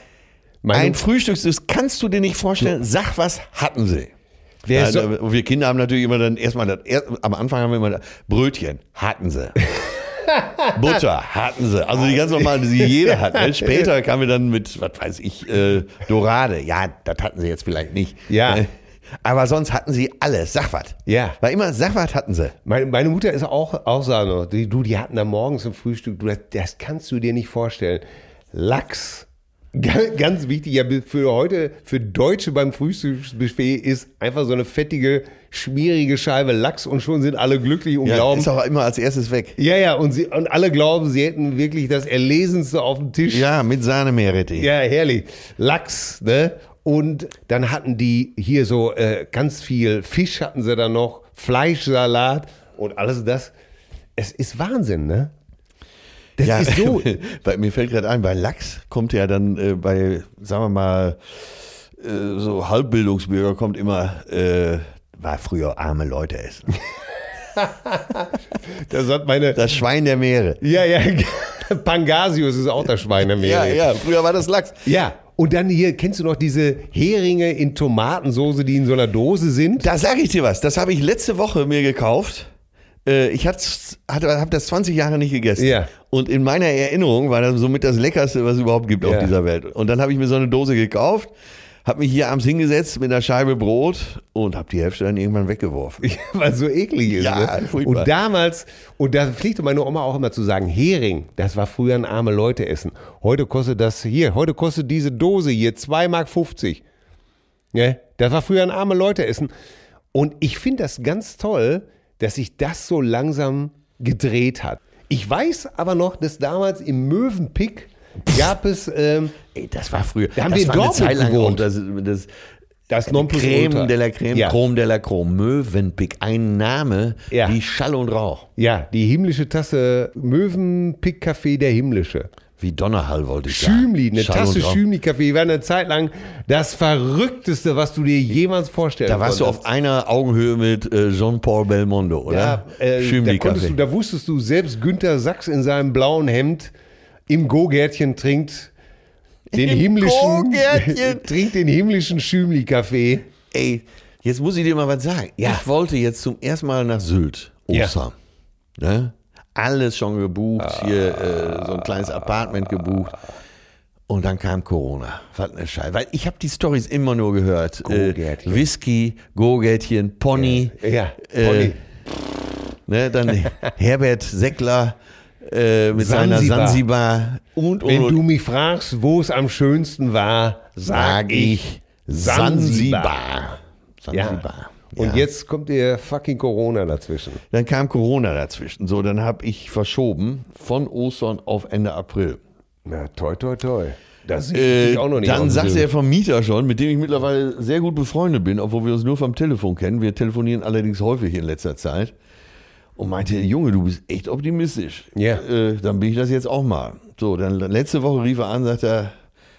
Speaker 2: Meine,
Speaker 1: ein Frühstücks, das kannst du dir nicht vorstellen. Sag, was hatten sie?
Speaker 2: Wer
Speaker 1: ja,
Speaker 2: so-
Speaker 1: da- wir Kinder haben natürlich immer dann erstmal, das, er, am Anfang haben wir immer das, Brötchen, hatten sie. Butter hatten sie. Also die ganz normalen, die jeder hat. Ne? Später kamen wir dann mit, was weiß ich, äh, Dorade. Ja, das hatten sie jetzt vielleicht nicht.
Speaker 2: Ja.
Speaker 1: Ne? Aber sonst hatten sie alles. Sag was.
Speaker 2: Ja.
Speaker 1: War immer, sag was hatten sie.
Speaker 2: meine, meine Mutter ist auch, auch so eine. Die, du, die hatten da morgens im Frühstück, du, das, das kannst du dir nicht vorstellen. Lachs. Ga- Ganz wichtig, ja, für heute, für Deutsche beim Frühstücksbuffet ist einfach so eine fettige, schmierige Scheibe Lachs und schon sind alle glücklich und
Speaker 1: Ja,
Speaker 2: glauben,
Speaker 1: ist auch immer als erstes weg.
Speaker 2: Ja, ja, und, sie, und alle glauben, sie hätten wirklich das Erlesenste auf dem Tisch.
Speaker 1: Ja, mit Sahnemeerrettich.
Speaker 2: ja herrlich. Lachs, ne? Und dann hatten die hier so äh, ganz viel Fisch hatten sie dann noch, Fleischsalat und alles das. Es ist Wahnsinn, ne? Das
Speaker 1: ja,
Speaker 2: ist so.
Speaker 1: Weil mir fällt gerade ein, bei Lachs kommt ja dann äh, bei, sagen wir mal, äh, so Halbbildungsbürger kommt immer, äh, war früher arme Leute essen.
Speaker 2: Das hat meine.
Speaker 1: Das Schwein der Meere.
Speaker 2: Ja, ja. Pangasius ist auch das Schweinemehl.
Speaker 1: Ja, ja, früher war das Lachs.
Speaker 2: ja. Und dann hier, kennst du noch diese Heringe in Tomatensoße, die in so einer Dose sind?
Speaker 1: Da sage ich dir was, das habe ich letzte Woche mir gekauft. Äh, Ich hat's- hatte, habe das 20 Jahre nicht gegessen.
Speaker 2: Ja.
Speaker 1: Und in meiner Erinnerung war das somit das Leckerste, was es überhaupt gibt auf
Speaker 2: Ja.
Speaker 1: dieser Welt. Und dann habe ich mir so eine Dose gekauft, habe mich hier abends hingesetzt mit einer Scheibe Brot und habe die Hälfte dann irgendwann weggeworfen.
Speaker 2: Ja, weil es so eklig ist.
Speaker 1: Ja,
Speaker 2: ne?
Speaker 1: furchtbar.
Speaker 2: Und damals, und da pflichtete meine Oma auch immer zu sagen, Hering, das war früher ein arme Leute essen. Heute kostet das hier, heute kostet diese Dose hier 2,50 Mark. Ne? Das war früher ein arme Leute essen. Und ich finde das ganz toll, dass sich das so langsam gedreht hat. Ich weiß aber noch, dass damals im Möwenpick gab es ähm,
Speaker 1: Ey, das war früher.
Speaker 2: Da haben
Speaker 1: das
Speaker 2: wir in
Speaker 1: war
Speaker 2: Dortmund
Speaker 1: eine Zeit lang
Speaker 2: gewohnt.
Speaker 1: auch das, das
Speaker 2: das Nonplusultra.
Speaker 1: Creme de la Creme,
Speaker 2: Ja.
Speaker 1: Chrom de la Chrom, Mövenpick, ein Name
Speaker 2: Ja.
Speaker 1: wie Schall und Rauch,
Speaker 2: ja, die himmlische Tasse Möwenpick-Café der himmlische.
Speaker 1: wie Donnerhall wollte ich sagen.
Speaker 2: Schümli, eine
Speaker 1: Schall
Speaker 2: Tasse
Speaker 1: und Rauch.
Speaker 2: Schümli-Kaffee war eine Zeit lang das Verrückteste, was du dir jemals vorstellen
Speaker 1: Da warst du
Speaker 2: konntest.
Speaker 1: auf einer Augenhöhe mit äh, Jean-Paul Belmondo, oder?
Speaker 2: Ja, äh, da, konntest du,
Speaker 1: Schümli-Kaffee.
Speaker 2: da wusstest du, selbst Günther Sachs in seinem blauen Hemd im Go-Gärtchen trinkt den
Speaker 1: Im
Speaker 2: himmlischen
Speaker 1: Go-Gärtchen.
Speaker 2: trinkt den himmlischen Schümli-Kaffee.
Speaker 1: Ey, jetzt muss ich dir mal was sagen. Ich wollte jetzt zum ersten Mal nach Sylt,
Speaker 2: Ja.
Speaker 1: Ostern. Ne? Alles schon gebucht, hier äh, so ein kleines Apartment gebucht. Und dann kam Corona. Was eine Scheiße. Weil ich habe die Stories immer nur gehört. Äh,
Speaker 2: Go-Gärtchen.
Speaker 1: Whisky, Go-Gärtchen, Pony.
Speaker 2: Ja,
Speaker 1: Äh,
Speaker 2: Polly.
Speaker 1: ne, dann Herbert Seckler äh, mit seiner
Speaker 2: Sansibar.
Speaker 1: Sansibar. Und, und,
Speaker 2: wenn
Speaker 1: und.
Speaker 2: du mich fragst, wo es am schönsten war, sag ich
Speaker 1: Sansibar.
Speaker 2: ja.
Speaker 1: Sansibar.
Speaker 2: Und
Speaker 1: Ja.
Speaker 2: jetzt kommt der fucking Corona dazwischen.
Speaker 1: Dann kam Corona dazwischen. So, dann habe ich verschoben von Ostern auf Ende April.
Speaker 2: Na, toi, toi, toi. Das sehe
Speaker 1: Äh,
Speaker 2: ich auch noch nicht. auf
Speaker 1: dann
Speaker 2: dem
Speaker 1: sagt
Speaker 2: Film.
Speaker 1: der Vermieter schon, mit dem ich mittlerweile sehr gut befreundet bin, obwohl wir uns nur vom Telefon kennen. Wir telefonieren allerdings häufig in letzter Zeit. Und meinte, Junge, du bist echt optimistisch.
Speaker 2: Ja.
Speaker 1: Äh, dann bin ich das jetzt auch mal. So, dann letzte Woche rief er an, sagt er,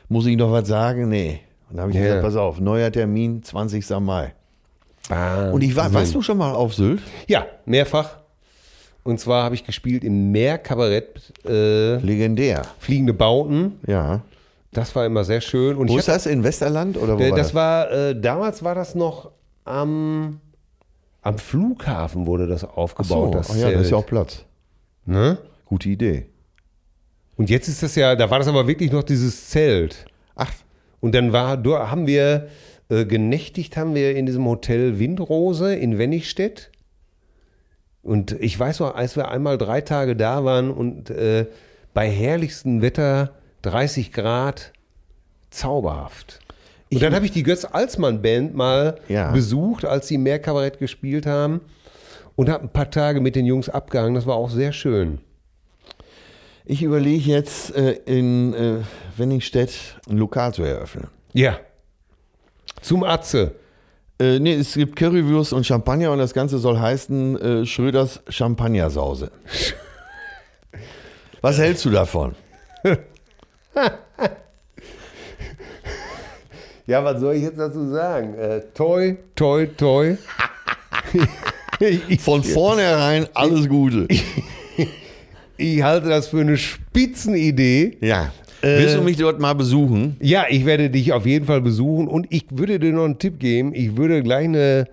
Speaker 1: muss ich noch was sagen? Nee. Und dann habe ich
Speaker 2: Ja.
Speaker 1: gesagt, pass auf, neuer Termin, 20. Mai.
Speaker 2: Wahnsinn.
Speaker 1: Und ich
Speaker 2: Ah,
Speaker 1: war, warst du schon mal auf Sylt?
Speaker 2: Ja, mehrfach. Und zwar habe ich gespielt im Meerkabarett äh,
Speaker 1: Legendär.
Speaker 2: Fliegende Bauten.
Speaker 1: Ja.
Speaker 2: Das war immer sehr schön. Und
Speaker 1: Wo
Speaker 2: ich
Speaker 1: ist das? In Westerland? Oder wo
Speaker 2: hab, äh,
Speaker 1: war
Speaker 2: das war, äh, damals war das noch am, am Flughafen wurde das aufgebaut.
Speaker 1: Ach
Speaker 2: das
Speaker 1: ah ja, da ist
Speaker 2: Zelt.
Speaker 1: ja auch Platz.
Speaker 2: ne?
Speaker 1: Gute Idee.
Speaker 2: Und jetzt ist das ja, da war das aber wirklich noch dieses Zelt.
Speaker 1: Ach,
Speaker 2: Und dann war, du- haben wir äh, genächtigt, haben wir in diesem Hotel Windrose in Wenigstedt. Und ich weiß noch, als wir einmal drei Tage da waren und äh, bei herrlichstem Wetter 30 Grad, zauberhaft. Und dann habe ich die Götz-Alsmann-Band mal
Speaker 1: Ja.
Speaker 2: besucht, als sie Meerkabarett gespielt haben. Und habe ein paar Tage mit den Jungs abgehangen. Das war auch sehr schön.
Speaker 1: ich überlege jetzt äh, in äh, Wenningstedt ein Lokal zu eröffnen.
Speaker 2: Ja. Zum Atze.
Speaker 1: Äh, nee, es gibt Currywurst und Champagner und das Ganze soll heißen äh, Schröders Champagnersause. Was hältst du davon?
Speaker 2: Ja, was soll ich jetzt dazu sagen? Äh, toi, toi, toi. ich, ich,
Speaker 1: Von vornherein alles Gute.
Speaker 2: ich halte das für eine Spitzenidee.
Speaker 1: Ja. Willst du mich dort mal besuchen?
Speaker 2: Ja, ich werde dich auf jeden Fall besuchen und ich würde dir noch einen Tipp geben. Ich würde gleich eine,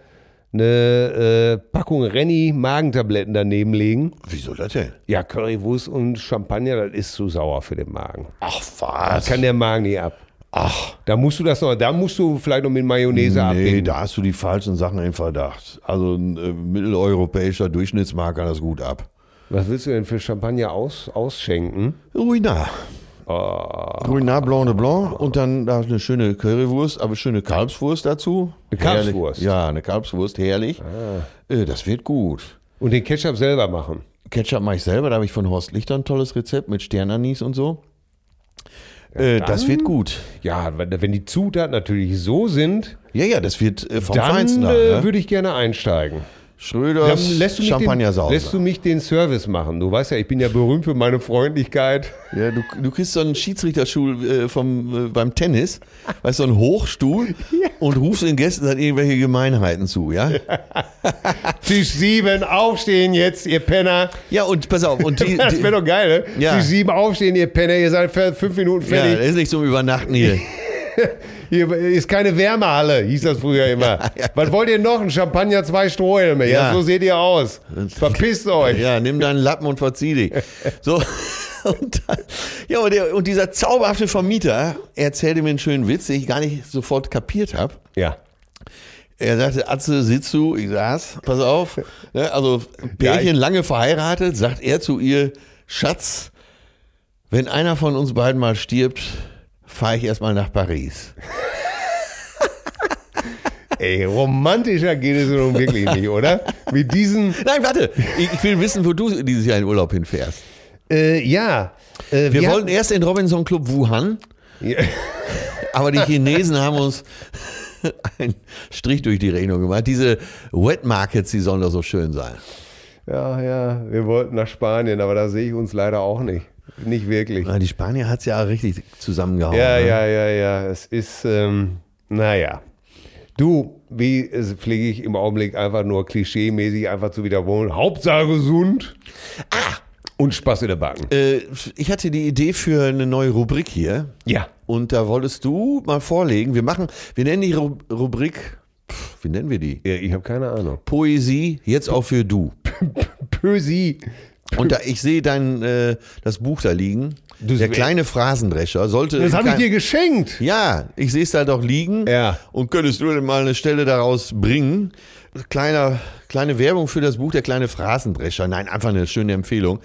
Speaker 2: eine äh, Packung Renny Magentabletten daneben legen.
Speaker 1: Wieso das denn?
Speaker 2: Ja, Currywurst und Champagner, das ist zu sauer für den Magen.
Speaker 1: Ach was.
Speaker 2: Das kann der Magen nicht ab.
Speaker 1: Ach,
Speaker 2: Da musst du das noch, da musst du vielleicht noch mit Mayonnaise
Speaker 1: nee,
Speaker 2: abbinden.
Speaker 1: da hast du die falschen Sachen im Verdacht. Also ein äh, mitteleuropäischer Durchschnittsmarkt kann das gut ab.
Speaker 2: Was willst du denn für Champagner aus, ausschenken? Ah.
Speaker 1: Ruinar. Ruinar Blanc de Blanc und dann da eine schöne Currywurst, aber schöne Kalbswurst dazu.
Speaker 2: Eine Kalbswurst?
Speaker 1: Herrlich.
Speaker 2: Ah.
Speaker 1: Ja, eine Kalbswurst, herrlich. Äh, Das wird gut.
Speaker 2: Und den Ketchup selber machen.
Speaker 1: Ketchup mache ich selber, da habe ich von Horst Lichter ein tolles Rezept mit Sternanis und so. Äh, das wird gut.
Speaker 2: Ja, wenn wenn die Zutaten natürlich so sind,
Speaker 1: Ja, ja, das wird äh, vom
Speaker 2: dann
Speaker 1: Feinsten nach.
Speaker 2: äh,
Speaker 1: Ne?
Speaker 2: würde ich gerne einsteigen. Dann
Speaker 1: Schröders
Speaker 2: lässt du, mich den,
Speaker 1: Champagnersauce.
Speaker 2: lässt du mich den Service machen. Du weißt ja, ich bin ja berühmt für meine Freundlichkeit.
Speaker 1: Ja, du, du kriegst so einen Schiedsrichterstuhl äh, vom, äh, beim Tennis, weißt du, so einen Hochstuhl und rufst den Gästen dann irgendwelche Gemeinheiten zu, ja?
Speaker 2: Tisch 7, aufstehen jetzt, ihr Penner.
Speaker 1: Ja, und pass auf, und die,
Speaker 2: Das
Speaker 1: die
Speaker 2: wäre doch geil, ne?
Speaker 1: Ja.
Speaker 2: Tisch 7, aufstehen, ihr Penner. Ihr seid für fünf Minuten
Speaker 1: ja, äh. das
Speaker 2: fertig.
Speaker 1: ist nicht zum Übernachten hier.
Speaker 2: Hier ist keine Wärmehalle, hieß das früher immer. Was wollt ihr noch? Ein Champagner, zwei Strohhelme. Ja,
Speaker 1: Ja.
Speaker 2: so seht ihr aus. Verpisst euch.
Speaker 1: Ja, nimm deinen Lappen und verzieh dich. So. Und, dann, ja, und, der, und dieser zauberhafte Vermieter erzählte mir einen schönen Witz, den ich gar nicht sofort kapiert habe.
Speaker 2: ja.
Speaker 1: Er sagte, Atze, sitzt du? Ich saß, pass auf. Ne, also, Pärchen
Speaker 2: Ja, ich-
Speaker 1: lange verheiratet, sagt er zu ihr, Schatz, wenn einer von uns beiden mal stirbt, fahre ich erstmal nach Paris.
Speaker 2: Ey, romantischer geht es nun wirklich nicht, oder? Mit diesen,
Speaker 1: Nein, warte, ich, ich will wissen, wo du dieses Jahr in Urlaub hinfährst.
Speaker 2: äh, ja. Äh,
Speaker 1: Wir wollten erst in Robinson Club Wuhan,
Speaker 2: Ja,
Speaker 1: aber die Chinesen haben uns einen Strich durch die Rechnung gemacht. Diese Wet Markets, die sollen doch so schön sein.
Speaker 2: ja, ja, wir wollten nach Spanien, aber da sehe ich uns leider auch nicht. Nicht wirklich.
Speaker 1: Na, Die Spanier hat es ja richtig zusammengehauen.
Speaker 2: Ja,
Speaker 1: ne?
Speaker 2: ja, ja, ja. Es ist, ähm, naja. Du, wie es pflege ich im Augenblick einfach nur klischeemäßig einfach zu wiederholen. Hauptsache gesund. Ah! Und Spaß in der Backen.
Speaker 1: Äh, ich hatte die Idee für eine neue Rubrik hier.
Speaker 2: Ja.
Speaker 1: Und da wolltest du mal vorlegen. Wir machen, wir nennen die Ru- Rubrik, pf, wie nennen wir die?
Speaker 2: ja Äh, ich habe keine Ahnung.
Speaker 1: Poesie, jetzt auch für du.
Speaker 2: Pösi.
Speaker 1: Und da, ich sehe dein, äh, das Buch da liegen.
Speaker 2: Du-
Speaker 1: Der kleine Phrasendrescher sollte.
Speaker 2: Das habe ich
Speaker 1: kein-
Speaker 2: dir geschenkt.
Speaker 1: Ja, ich sehe es da doch liegen.
Speaker 2: Ja.
Speaker 1: Und könntest du denn mal eine Stelle daraus bringen? Kleiner, kleine Werbung für das Buch Der kleine Phrasendrescher. Nein, einfach eine schöne Empfehlung.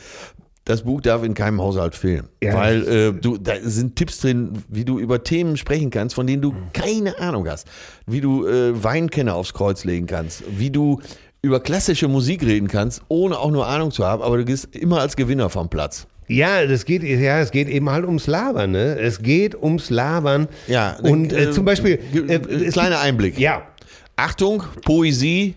Speaker 1: Das Buch darf in keinem Haushalt fehlen,
Speaker 2: Ja.
Speaker 1: weil äh, du, da sind Tipps drin, wie du über Themen sprechen kannst, von denen du
Speaker 2: Hm.
Speaker 1: keine Ahnung hast, wie du äh, Weinkenner aufs Kreuz legen kannst, wie du über klassische Musik reden kannst, ohne auch nur Ahnung zu haben, aber du gehst immer als Gewinner vom Platz.
Speaker 2: Ja, das geht, ja, es geht eben halt ums Labern, ne? Es geht ums Labern.
Speaker 1: Ja,
Speaker 2: Und äh,
Speaker 1: äh,
Speaker 2: zum Beispiel.
Speaker 1: ge-
Speaker 2: es
Speaker 1: kleiner Einblick.
Speaker 2: gibt- Ja.
Speaker 1: Achtung, Poesie,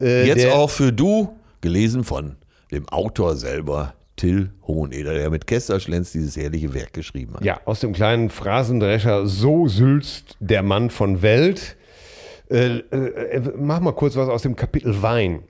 Speaker 2: Äh,
Speaker 1: jetzt
Speaker 2: der-
Speaker 1: auch für du, gelesen von dem Autor selber, Till Hoheneder, der mit Kester Schlenz dieses herrliche Werk geschrieben hat.
Speaker 2: Ja, aus dem kleinen Phrasendrescher So sülzt der Mann von Welt. Äh, äh, äh, mach mal kurz was aus dem Kapitel Wein.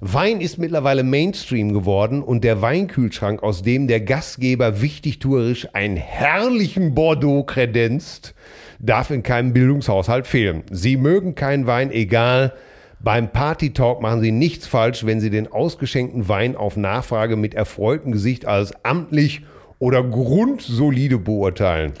Speaker 2: Wein ist mittlerweile Mainstream geworden und der Weinkühlschrank, aus dem der Gastgeber wichtigtuerisch einen herrlichen Bordeaux kredenzt, darf in keinem Bildungshaushalt fehlen. Sie mögen keinen Wein, egal. Beim Party-Talk machen Sie nichts falsch, wenn Sie den ausgeschenkten Wein auf Nachfrage mit erfreutem Gesicht als amtlich oder grundsolide beurteilen.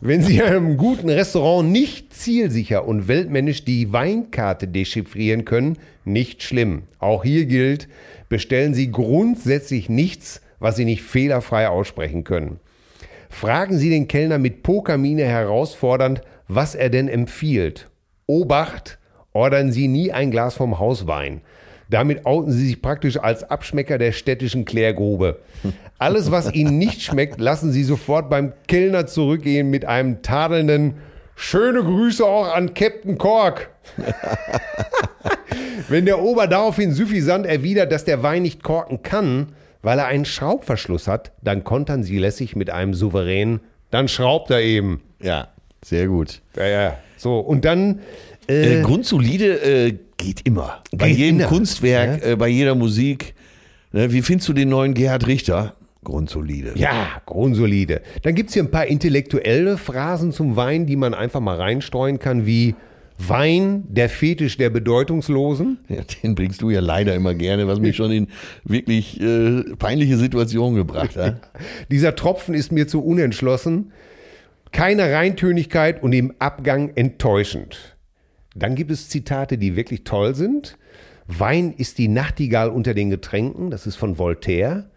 Speaker 2: Wenn Sie in einem guten Restaurant nicht zielsicher und weltmännisch die Weinkarte dechiffrieren können, nicht schlimm. Auch hier gilt, bestellen Sie grundsätzlich nichts, was Sie nicht fehlerfrei aussprechen können. Fragen Sie den Kellner mit Pokermine herausfordernd, was er denn empfiehlt. Obacht, ordern Sie nie ein Glas vom Hauswein. Damit outen Sie sich praktisch als Abschmecker der städtischen Klärgrube. Alles, was Ihnen nicht schmeckt, lassen Sie sofort beim Kellner zurückgehen mit einem tadelnden Schöne Grüße auch an Captain Kork. Wenn der Ober daraufhin süffisant erwidert, dass der Wein nicht korken kann, weil er einen Schraubverschluss hat, dann kontern sie lässig mit einem souveränen, dann schraubt er eben.
Speaker 1: Ja, sehr gut.
Speaker 2: Ja, ja. So, und dann
Speaker 1: Äh, grundsolide äh, geht immer. Bei
Speaker 2: Geht
Speaker 1: jedem
Speaker 2: immer.
Speaker 1: Kunstwerk, äh, bei jeder Musik. Ne, wie findest du den neuen Gerhard Richter? Grundsolide.
Speaker 2: Ja, grundsolide. Dann gibt's hier ein paar intellektuelle Phrasen zum Wein, die man einfach mal reinstreuen kann, wie Wein, der Fetisch der Bedeutungslosen.
Speaker 1: Ja, den bringst du ja leider immer gerne, was mich schon in wirklich äh, peinliche Situationen gebracht hat.
Speaker 2: Dieser Tropfen ist mir zu unentschlossen. Keine Reintönigkeit und im Abgang enttäuschend. Dann gibt es Zitate, die wirklich toll sind. Wein ist die Nachtigall unter den Getränken, das ist von Voltaire.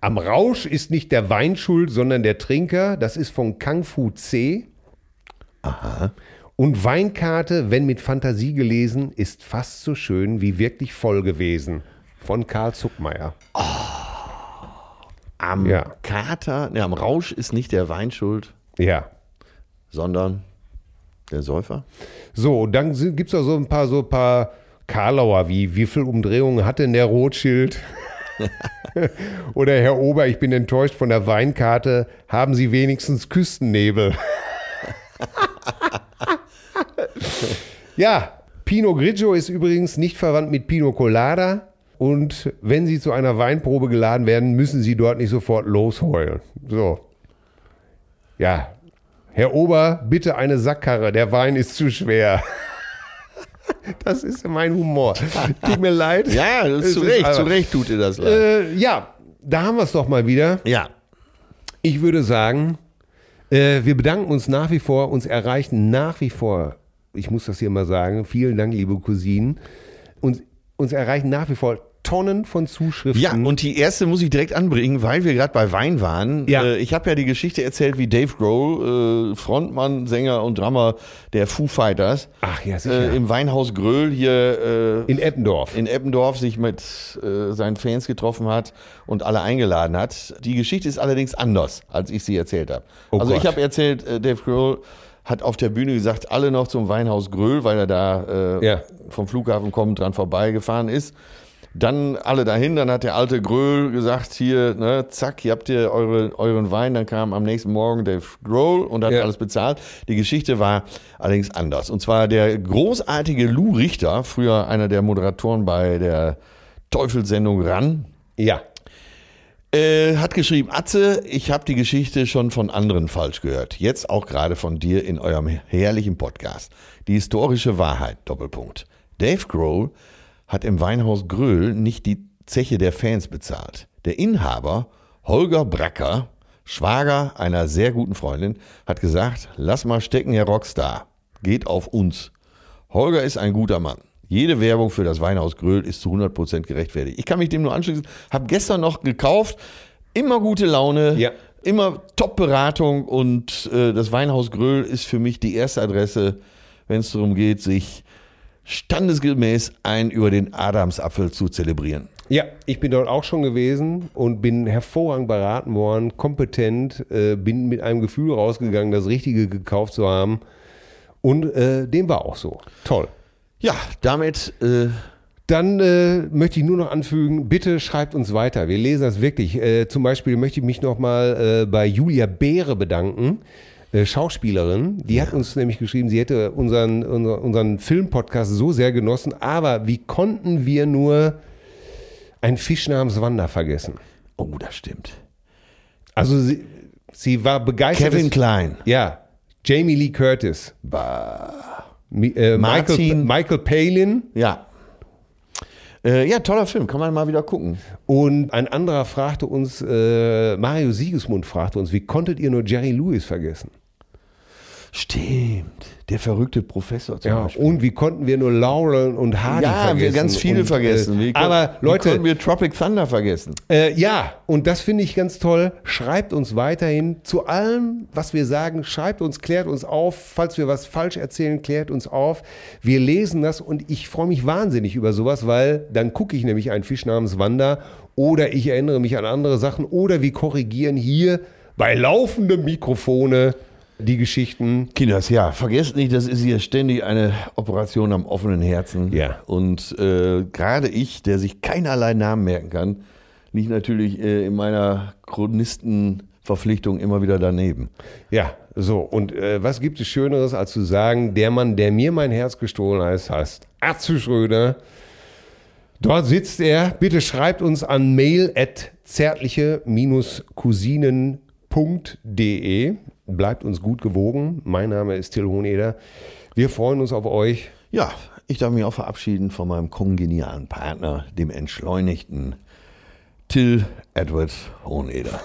Speaker 2: Am Rausch ist nicht der Wein schuld, sondern der Trinker, das ist von Kang Fu Tse. Und Weinkarte, wenn mit Fantasie gelesen, ist fast so schön wie wirklich voll gewesen. Von Karl Zuckmeier.
Speaker 1: Am
Speaker 2: Ja.
Speaker 1: Kater, ne, am Rausch ist nicht der Wein schuld,
Speaker 2: Ja.
Speaker 1: sondern der Säufer.
Speaker 2: So, und dann gibt es da so ein paar, so ein paar Karlauer, wie wie viel Umdrehungen hat denn der Rothschild? Oder Herr Ober, ich bin enttäuscht von der Weinkarte. Haben Sie wenigstens Küstennebel? ja, Pinot Grigio ist übrigens nicht verwandt mit Pinot Colada. Und wenn Sie zu einer Weinprobe geladen werden, müssen Sie dort nicht sofort losheulen. So. Ja. Herr Ober, bitte eine Sackkarre. Der Wein ist zu schwer. Das ist mein Humor. Tut mir leid.
Speaker 1: Ja, das ist
Speaker 2: Es
Speaker 1: Äh, zu
Speaker 2: ist
Speaker 1: Recht,
Speaker 2: aber-
Speaker 1: zu Recht tut dir das leid.
Speaker 2: Äh, ja, da haben wir es doch mal wieder.
Speaker 1: ja,
Speaker 2: Ich würde sagen, äh, wir bedanken uns nach wie vor. Uns erreichen nach wie vor, ich muss das hier mal sagen, vielen Dank, liebe Cousinen. Uns, uns erreichen nach wie vor Tonnen von Zuschriften.
Speaker 1: Ja, und die erste muss ich direkt anbringen, weil wir gerade bei Wein waren.
Speaker 2: Ja.
Speaker 1: Äh, ich habe ja die Geschichte erzählt, wie Dave Grohl, äh, Frontmann, Sänger und Drummer der Foo Fighters,
Speaker 2: Ach ja, sicher.
Speaker 1: äh, im Weinhaus Gröhl hier äh,
Speaker 2: in Eppendorf.
Speaker 1: in Eppendorf sich mit äh, seinen Fans getroffen hat und alle eingeladen hat. Die Geschichte ist allerdings anders, als ich sie erzählt habe.
Speaker 2: Oh
Speaker 1: also ich
Speaker 2: Gott.
Speaker 1: habe erzählt, äh, Dave Grohl hat auf der Bühne gesagt, alle noch zum Weinhaus Gröhl, weil er da äh,
Speaker 2: Ja.
Speaker 1: vom Flughafen kommend dran vorbeigefahren ist. Dann alle dahin, dann hat der alte Gröhl gesagt, hier, ne, zack, hier habt ihr eure, euren Wein. Dann kam am nächsten Morgen Dave Grohl und hat
Speaker 2: Ja.
Speaker 1: alles bezahlt. Die Geschichte war allerdings anders. Und zwar der großartige Lou Richter, früher einer der Moderatoren bei der Teufelssendung RAN,
Speaker 2: ja.
Speaker 1: äh, hat geschrieben, Atze, ich habe die Geschichte schon von anderen falsch gehört. Jetzt auch gerade von dir in eurem herrlichen Podcast. Die historische Wahrheit, Doppelpunkt. Dave Grohl hat im Weinhaus Gröhl nicht die Zeche der Fans bezahlt. Der Inhaber, Holger Bracker, Schwager einer sehr guten Freundin, hat gesagt, lass mal stecken, Herr Rockstar. Geht auf uns. Holger ist ein guter Mann. Jede Werbung für das Weinhaus Gröhl ist zu 100% gerechtfertigt. Ich kann mich dem nur anschließen. Hab gestern noch gekauft. Immer gute Laune.
Speaker 2: Ja.
Speaker 1: Immer Top-Beratung. Und äh, das Weinhaus Gröhl ist für mich die erste Adresse, wenn es darum geht, sich standesgemäß ein über den Adamsapfel zu zelebrieren.
Speaker 2: Ja, ich bin dort auch schon gewesen und bin hervorragend beraten worden, kompetent, äh, bin mit einem Gefühl rausgegangen, das Richtige gekauft zu haben. Und äh, dem war auch so. Toll.
Speaker 1: Ja, damit äh,
Speaker 2: Dann äh, möchte ich nur noch anfügen, bitte schreibt uns weiter. Wir lesen das wirklich. Äh, zum Beispiel möchte ich mich nochmal äh, bei Julia Beere bedanken, äh, Schauspielerin. Die hat uns nämlich geschrieben, sie hätte unseren, unser, unseren Filmpodcast so sehr genossen, aber wie konnten wir nur einen Fisch namens Wanda vergessen?
Speaker 1: Oh, das stimmt.
Speaker 2: Also sie, sie war begeistert.
Speaker 1: Kevin Klein.
Speaker 2: Ja. Jamie Lee Curtis. Mi- Äh, Michael,
Speaker 1: Martin-
Speaker 2: Michael Palin.
Speaker 1: Ja. Äh, ja, toller Film, kann man mal wieder gucken.
Speaker 2: Und ein anderer fragte uns, äh, Mario Siegesmund fragte uns, wie konntet ihr nur Jerry Lewis vergessen?
Speaker 1: Stimmt. Der verrückte Professor zum
Speaker 2: Ja,
Speaker 1: Beispiel.
Speaker 2: und wie konnten wir nur Laurel und Hardy
Speaker 1: ja,
Speaker 2: vergessen?
Speaker 1: wir ganz viele
Speaker 2: und,
Speaker 1: vergessen.
Speaker 2: Äh,
Speaker 1: Wie kon-
Speaker 2: aber
Speaker 1: wie
Speaker 2: Leute,
Speaker 1: können wir Tropic Thunder vergessen?
Speaker 2: äh, ja, und das finde ich ganz toll. Schreibt uns weiterhin zu allem, was wir sagen. Schreibt uns, klärt uns auf. Falls wir was falsch erzählen, klärt uns auf. Wir lesen das und ich freue mich wahnsinnig über sowas, weil dann gucke ich nämlich einen Fisch namens Wanda oder ich erinnere mich an andere Sachen oder wir korrigieren hier bei laufendem Mikrofone die Geschichten.
Speaker 1: Kinders, ja, vergesst nicht, das ist hier ständig eine Operation am offenen Herzen.
Speaker 2: Ja.
Speaker 1: Und äh, gerade ich, der sich keinerlei Namen merken kann, liegt natürlich äh, in meiner Chronistenverpflichtung immer wieder daneben.
Speaker 2: Ja, so. Und äh, was gibt es Schöneres, als zu sagen, der Mann, der mir mein Herz gestohlen hat, heißt Atze Schröder. Dort sitzt er. Bitte schreibt uns an mail at zärtliche-cousinen.de. Bleibt uns gut gewogen. Mein Name ist Till Hoheneder. Wir freuen uns auf euch.
Speaker 1: Ja, ich darf mich auch verabschieden von meinem kongenialen Partner, dem entschleunigten Till Edward Hoheneder.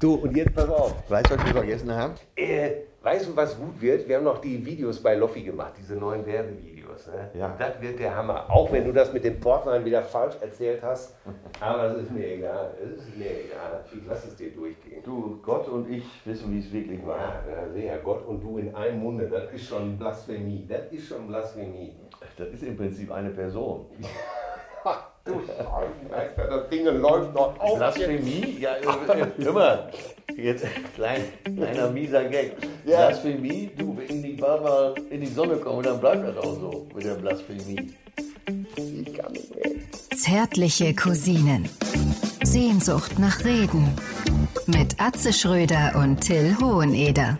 Speaker 2: Du, und jetzt pass auf.
Speaker 1: Weißt du, was wir vergessen haben?
Speaker 2: Äh, weißt du, was gut wird? Wir haben noch die Videos bei Loffi gemacht, diese neuen Werbevideos. Ne?
Speaker 1: Ja.
Speaker 2: Das wird der Hammer. Auch wenn du das mit dem Portwein wieder falsch erzählt hast. Aber es ist mir egal. Es ist mir egal. Ich lass es dir durchgehen.
Speaker 1: Du, Gott und ich wissen, wie es wirklich war.
Speaker 2: Ja, da sehe ja Gott und du in einem Munde. Das ist schon Blasphemie. Das ist schon Blasphemie.
Speaker 1: Das ist im Prinzip eine Person.
Speaker 2: Ha, du Scheiße, das Ding läuft noch auf.
Speaker 1: Blasphemie? Ja, äh, äh, hör mal. Jetzt, klein, kleiner mieser Gag. Blasphemie? Du, wenn die bald mal in die Sonne kommen, dann bleibt das auch so mit der Blasphemie.
Speaker 2: Ich kann nicht mehr.
Speaker 3: Zärtliche Cousinen. Sehnsucht nach Reden. Mit Atze Schröder und Till Hoheneder.